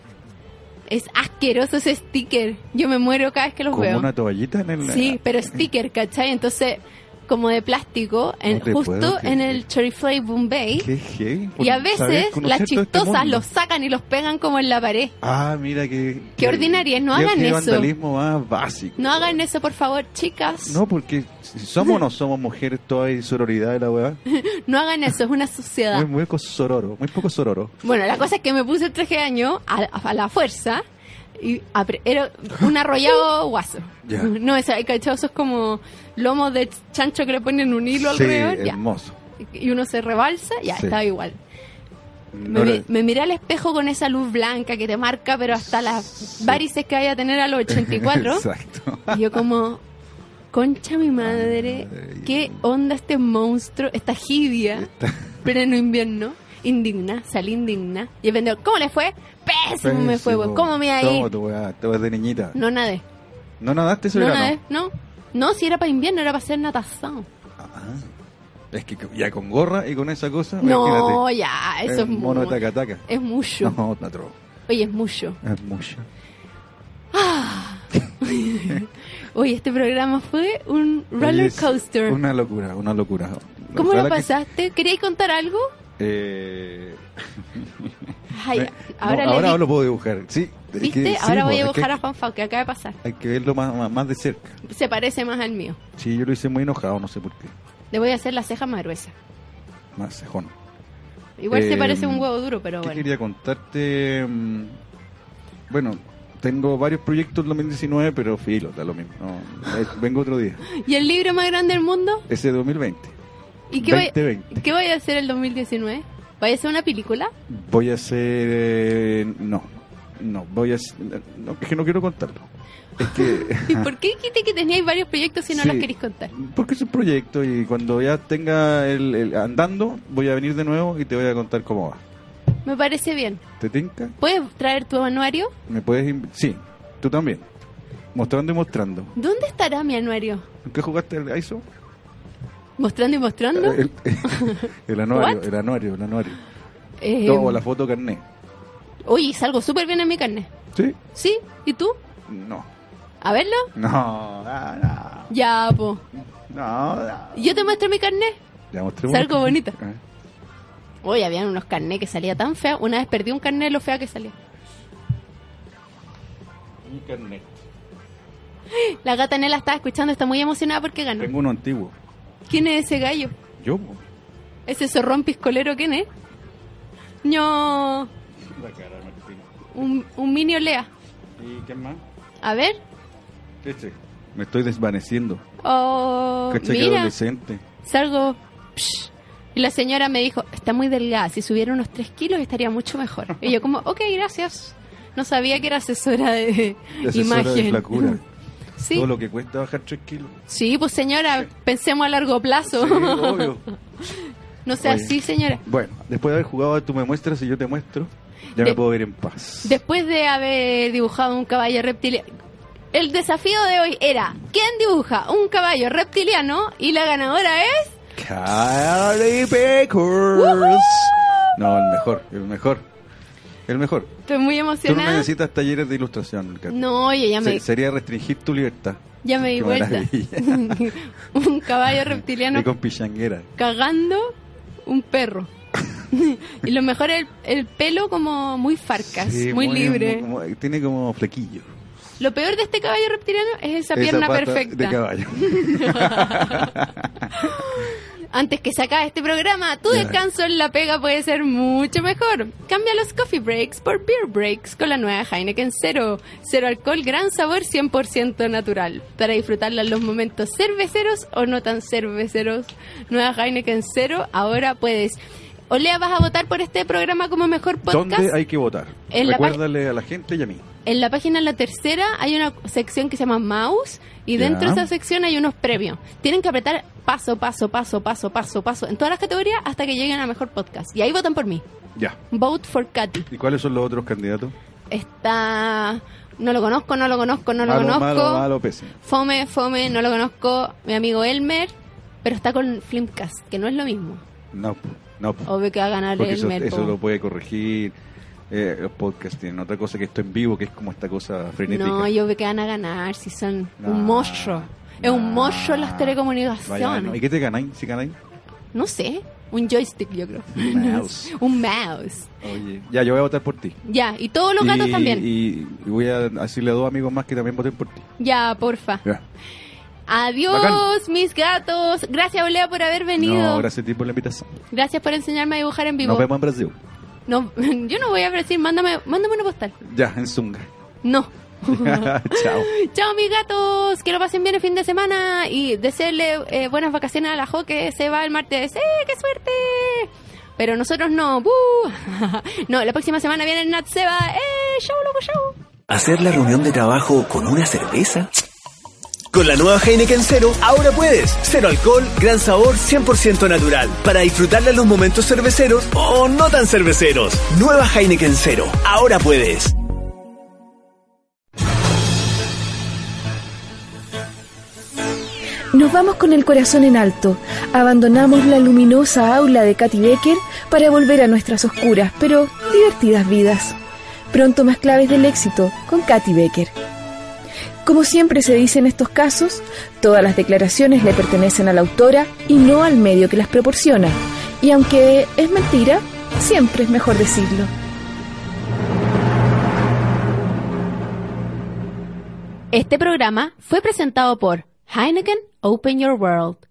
Speaker 1: Es asqueroso ese sticker. Yo me muero cada vez que los
Speaker 2: Como
Speaker 1: veo.
Speaker 2: una toallita en el...
Speaker 1: Sí, pero sticker, ¿cachai? Entonces, como de plástico, en,
Speaker 2: te puedo
Speaker 1: justo
Speaker 2: creer.
Speaker 1: en el Cherry Flake Bombay.
Speaker 2: Qué heavy.
Speaker 1: Y a
Speaker 2: Por saber
Speaker 1: veces las
Speaker 2: conocer todo este
Speaker 1: chistosas
Speaker 2: mundo.
Speaker 1: los sacan y los pegan como en la pared.
Speaker 2: Ah, mira que...
Speaker 1: Qué ordinariez, no hagan
Speaker 2: qué
Speaker 1: eso.
Speaker 2: vandalismo más básico.
Speaker 1: No hagan eso, por favor, chicas.
Speaker 2: No, porque si somos o no somos mujeres, todas hay sororidad de la weá.
Speaker 1: No hagan eso, es una suciedad.
Speaker 2: Muy, muy poco sororo, muy poco sororo.
Speaker 1: Bueno, la cosa es que me puse el traje de año a, a la fuerza y apre- era un arrollado guaso.
Speaker 2: Ya.
Speaker 1: No, esa- hay cachados esos como lomos de chancho que le ponen un hilo
Speaker 2: sí,
Speaker 1: alrededor. ya.
Speaker 2: hermoso.
Speaker 1: Y uno se rebalsa, ya,
Speaker 2: Sí.
Speaker 1: estaba igual. Me,
Speaker 2: No
Speaker 1: vi-
Speaker 2: era-
Speaker 1: me miré al espejo con esa luz blanca que te marca, pero hasta las varices que vaya a tener a los 84.
Speaker 2: Exacto.
Speaker 1: Y yo como, concha mi madre,
Speaker 2: Madre.
Speaker 1: ¿qué onda este monstruo, esta jibia, pleno invierno? Indigna, salí indigna. Y el vendedor, ¿cómo le fue? Pésimo, me fue, weón. ¿Cómo me iba a ir?
Speaker 2: No, tu weá, te vas de niñita. No,
Speaker 1: No nadé.
Speaker 2: nadaste ese
Speaker 1: No
Speaker 2: verano.
Speaker 1: nadé, no. No, si era para invierno, era para hacer natación.
Speaker 2: Ah, es que ya con gorra y con esa cosa,
Speaker 1: No,
Speaker 2: imagínate.
Speaker 1: ya, eso
Speaker 2: El
Speaker 1: es
Speaker 2: mono
Speaker 1: mucho.
Speaker 2: taca taca.
Speaker 1: Es mucho.
Speaker 2: No, no trobo.
Speaker 1: Oye, es mucho. Ah.
Speaker 2: Es mucho.
Speaker 1: Oye, este programa fue un roller
Speaker 2: Es
Speaker 1: coaster.
Speaker 2: Una locura, una locura.
Speaker 1: ¿Cómo lo
Speaker 2: Ojalá que-
Speaker 1: pasaste? ¿Queríais contar algo?
Speaker 2: Eh,
Speaker 1: Ay,
Speaker 2: me-
Speaker 1: ahora
Speaker 2: Eh, no,
Speaker 1: le
Speaker 2: ahora
Speaker 1: di-
Speaker 2: lo puedo dibujar. Sí, es
Speaker 1: ¿Viste?
Speaker 2: que sí,
Speaker 1: ahora voy a
Speaker 2: po, es que
Speaker 1: dibujar a Juanfao, que acaba de pasar.
Speaker 2: Hay que verlo más, más, más de cerca.
Speaker 1: Se parece más al mío.
Speaker 2: Sí, yo lo hice muy enojado, no sé por qué.
Speaker 1: Le voy a hacer la ceja más gruesa.
Speaker 2: Más cejón.
Speaker 1: Igual se
Speaker 2: Eh,
Speaker 1: parece a un huevo duro, pero
Speaker 2: ¿Qué
Speaker 1: Ah, bueno.
Speaker 2: quería contarte? Mm, Bueno, tengo varios proyectos en 2019, pero filo, da lo mismo. No, eh, vengo otro día.
Speaker 1: ¿Y el libro más grande del mundo?
Speaker 2: Ese 2020.
Speaker 1: ¿Y qué voy,
Speaker 2: 2020.
Speaker 1: qué voy a hacer el 2019? ¿Voy a hacer una película?
Speaker 2: Voy a hacer... eh, no, no, voy a... hacer- No, es que no quiero contarlo. Es que...
Speaker 1: ¿Y por qué dijiste que teníais varios proyectos si no
Speaker 2: Sí.
Speaker 1: los queréis contar?
Speaker 2: Porque es un proyecto y cuando ya tenga el, el andando, voy a venir de nuevo y te voy a contar cómo va.
Speaker 1: Me parece bien.
Speaker 2: ¿Te tinca?
Speaker 1: ¿Puedes traer tu anuario?
Speaker 2: ¿Me puedes inv- Sí, tú también. Mostrando y mostrando.
Speaker 1: ¿Dónde estará mi anuario?
Speaker 2: ¿Qué jugaste el ISO?
Speaker 1: ¿Mostrando y mostrando?
Speaker 2: El, el anuario,
Speaker 1: What?
Speaker 2: el anuario, el anuario.
Speaker 1: Eh,
Speaker 2: No, la foto carné.
Speaker 1: Oye, salgo súper bien en mi carnet.
Speaker 2: ¿Sí?
Speaker 1: ¿Sí? ¿Y tú?
Speaker 2: No.
Speaker 1: ¿A verlo?
Speaker 2: No, ah,
Speaker 1: Ya, po.
Speaker 2: no, no, no.
Speaker 1: ¿Yo te muestro mi carnet?
Speaker 2: Ya mostré
Speaker 1: Salgo
Speaker 2: uno.
Speaker 1: bonita.
Speaker 2: Ah,
Speaker 1: Hoy habían unos carnés que salía tan fea. Una vez perdí un carnet de lo fea que salía.
Speaker 2: Un carné.
Speaker 1: La gata Nela estaba escuchando, está muy emocionada porque ganó.
Speaker 2: Tengo uno antiguo.
Speaker 1: ¿Quién es ese gallo?
Speaker 2: Yo, po.
Speaker 1: ¿Ese zorrón piscolero quién es? No,
Speaker 2: La cara de Martín.
Speaker 1: un, un mini olea.
Speaker 2: ¿Y qué más?
Speaker 1: A ver.
Speaker 2: Este. Me estoy desvaneciendo.
Speaker 1: Oh,
Speaker 2: Cachai que
Speaker 1: mira,
Speaker 2: adolescente.
Speaker 1: salgo. psh. Y la señora me dijo, está muy delgada, si subiera unos 3 kilos estaría mucho mejor. Y yo como, ok, gracias. No sabía que era asesora de
Speaker 2: Asesora
Speaker 1: imagen.
Speaker 2: de flacura.
Speaker 1: Sí.
Speaker 2: Todo lo que cuesta bajar 3 kilos.
Speaker 1: sí, pues señora, pensemos a largo
Speaker 2: Sí,
Speaker 1: plazo.
Speaker 2: obvio.
Speaker 1: no sea
Speaker 2: Oye.
Speaker 1: así, señora.
Speaker 2: Bueno, después de haber jugado a tú me muestras y yo te muestro, ya me
Speaker 1: De-
Speaker 2: puedo ver en paz.
Speaker 1: Después de haber dibujado un caballo reptiliano, el desafío de hoy era, ¿quién dibuja un caballo reptiliano? Y la ganadora es...
Speaker 2: Cary Bakers. No, el mejor, el mejor. El mejor.
Speaker 1: Estoy muy
Speaker 2: Tú no
Speaker 1: emocionada.
Speaker 2: necesitas talleres de ilustración, Katy.
Speaker 1: No, oye, ya
Speaker 2: Se-
Speaker 1: me,
Speaker 2: Sería restringir tu libertad.
Speaker 1: ya me di
Speaker 2: Qué
Speaker 1: vuelta.
Speaker 2: maravilla.
Speaker 1: un caballo
Speaker 2: Y
Speaker 1: reptiliano
Speaker 2: con pichanguera.
Speaker 1: cagando un perro. y lo mejor es el, el pelo como muy farcas,
Speaker 2: Sí,
Speaker 1: muy, libre.
Speaker 2: muy- muy- tiene como flequillo.
Speaker 1: Lo peor de este caballo reptiliano es esa,
Speaker 2: Esa
Speaker 1: pierna
Speaker 2: pata De
Speaker 1: perfecta.
Speaker 2: caballo.
Speaker 1: Antes que se acabe este programa, tu
Speaker 2: Ya.
Speaker 1: descanso en la pega puede ser mucho mejor. Cambia los coffee breaks por beer breaks con la nueva Heineken Cero. Cero alcohol, gran sabor, 100% natural. Para disfrutarla en los momentos cerveceros o no tan cerveceros. Nueva Heineken Cero, ahora puedes Olea, vas a votar por este programa como mejor podcast.
Speaker 2: ¿Dónde hay que votar?
Speaker 1: En la
Speaker 2: Recuérdale a la gente y a mí.
Speaker 1: En la página La Tercera hay una sección que se llama Mouse y
Speaker 2: Ya.
Speaker 1: dentro de esa sección hay unos premios. Tienen que apretar paso, paso, paso, paso, paso, paso en todas las categorías hasta que lleguen a mejor podcast. Y ahí votan por mí.
Speaker 2: Ya.
Speaker 1: Vote for Katy.
Speaker 2: ¿Y cuáles son los otros candidatos?
Speaker 1: Está. No lo conozco, no lo conozco, no lo
Speaker 2: malo,
Speaker 1: conozco.
Speaker 2: malo, malo, pésimo.
Speaker 1: Fome, fome, no lo conozco. Mi amigo Elmer, pero está con Flimcast, que no es lo mismo.
Speaker 2: No, po, no. po.
Speaker 1: Obvio que va a ganar
Speaker 2: Porque eso,
Speaker 1: Oh, Elmer.
Speaker 2: eso
Speaker 1: po.
Speaker 2: lo puede corregir. Eh, los podcasts tienen otra cosa que esto en vivo, que es como esta cosa frenética.
Speaker 1: No, yo veo que van a ganar si son
Speaker 2: Nah,
Speaker 1: un monstruo. Es un
Speaker 2: nah.
Speaker 1: monstruo las
Speaker 2: Vaya, no. ¿Y
Speaker 1: telecomunicaciones.
Speaker 2: qué te ganáis? ¿Si ganáis?
Speaker 1: No sé, un joystick yo creo.
Speaker 2: Un mouse.
Speaker 1: un mouse.
Speaker 2: Oye, ya, yo voy a votar por ti.
Speaker 1: Ya, y todos los gatos
Speaker 2: y,
Speaker 1: también.
Speaker 2: Y, y voy a decirle a dos amigos más que también voten por ti.
Speaker 1: Ya, porfa.
Speaker 2: Ya.
Speaker 1: Adiós,
Speaker 2: Bacán.
Speaker 1: mis gatos. Gracias, Olea, por haber venido.
Speaker 2: No,
Speaker 1: gracias.
Speaker 2: gracias a ti por la invitación.
Speaker 1: por enseñarme a dibujar en vivo.
Speaker 2: Nos vemos en Brasil.
Speaker 1: No, yo no voy a decir, mándame, mándame una postal.
Speaker 2: Ya, en Zunga.
Speaker 1: No.
Speaker 2: Chao.
Speaker 1: Chao mis gatos, que lo pasen bien el fin de semana y desearle eh, buenas vacaciones a la Jo que se va el martes. ¡Eh, qué suerte! Pero nosotros no. ¡Bú! no, la próxima semana viene el Nat Seba. ¡Eh, show, loco, show!
Speaker 3: ¿Hacer la reunión de trabajo con una cerveza? Con la nueva Heineken Cero, ahora puedes. Cero alcohol, gran sabor, 100% natural. Para disfrutar de los momentos cerveceros o no tan cerveceros. Nueva Heineken Cero, ahora puedes.
Speaker 4: Nos vamos con el corazón en alto. Abandonamos la luminosa aula de Katy Becker para volver a nuestras oscuras, pero divertidas vidas. Pronto más claves del éxito con Katy Becker. Como siempre se dice en estos casos, todas las declaraciones le pertenecen a la autora y no al medio que las proporciona. Y aunque es mentira, siempre es mejor decirlo.
Speaker 1: Este programa fue presentado por Heineken Open Your World,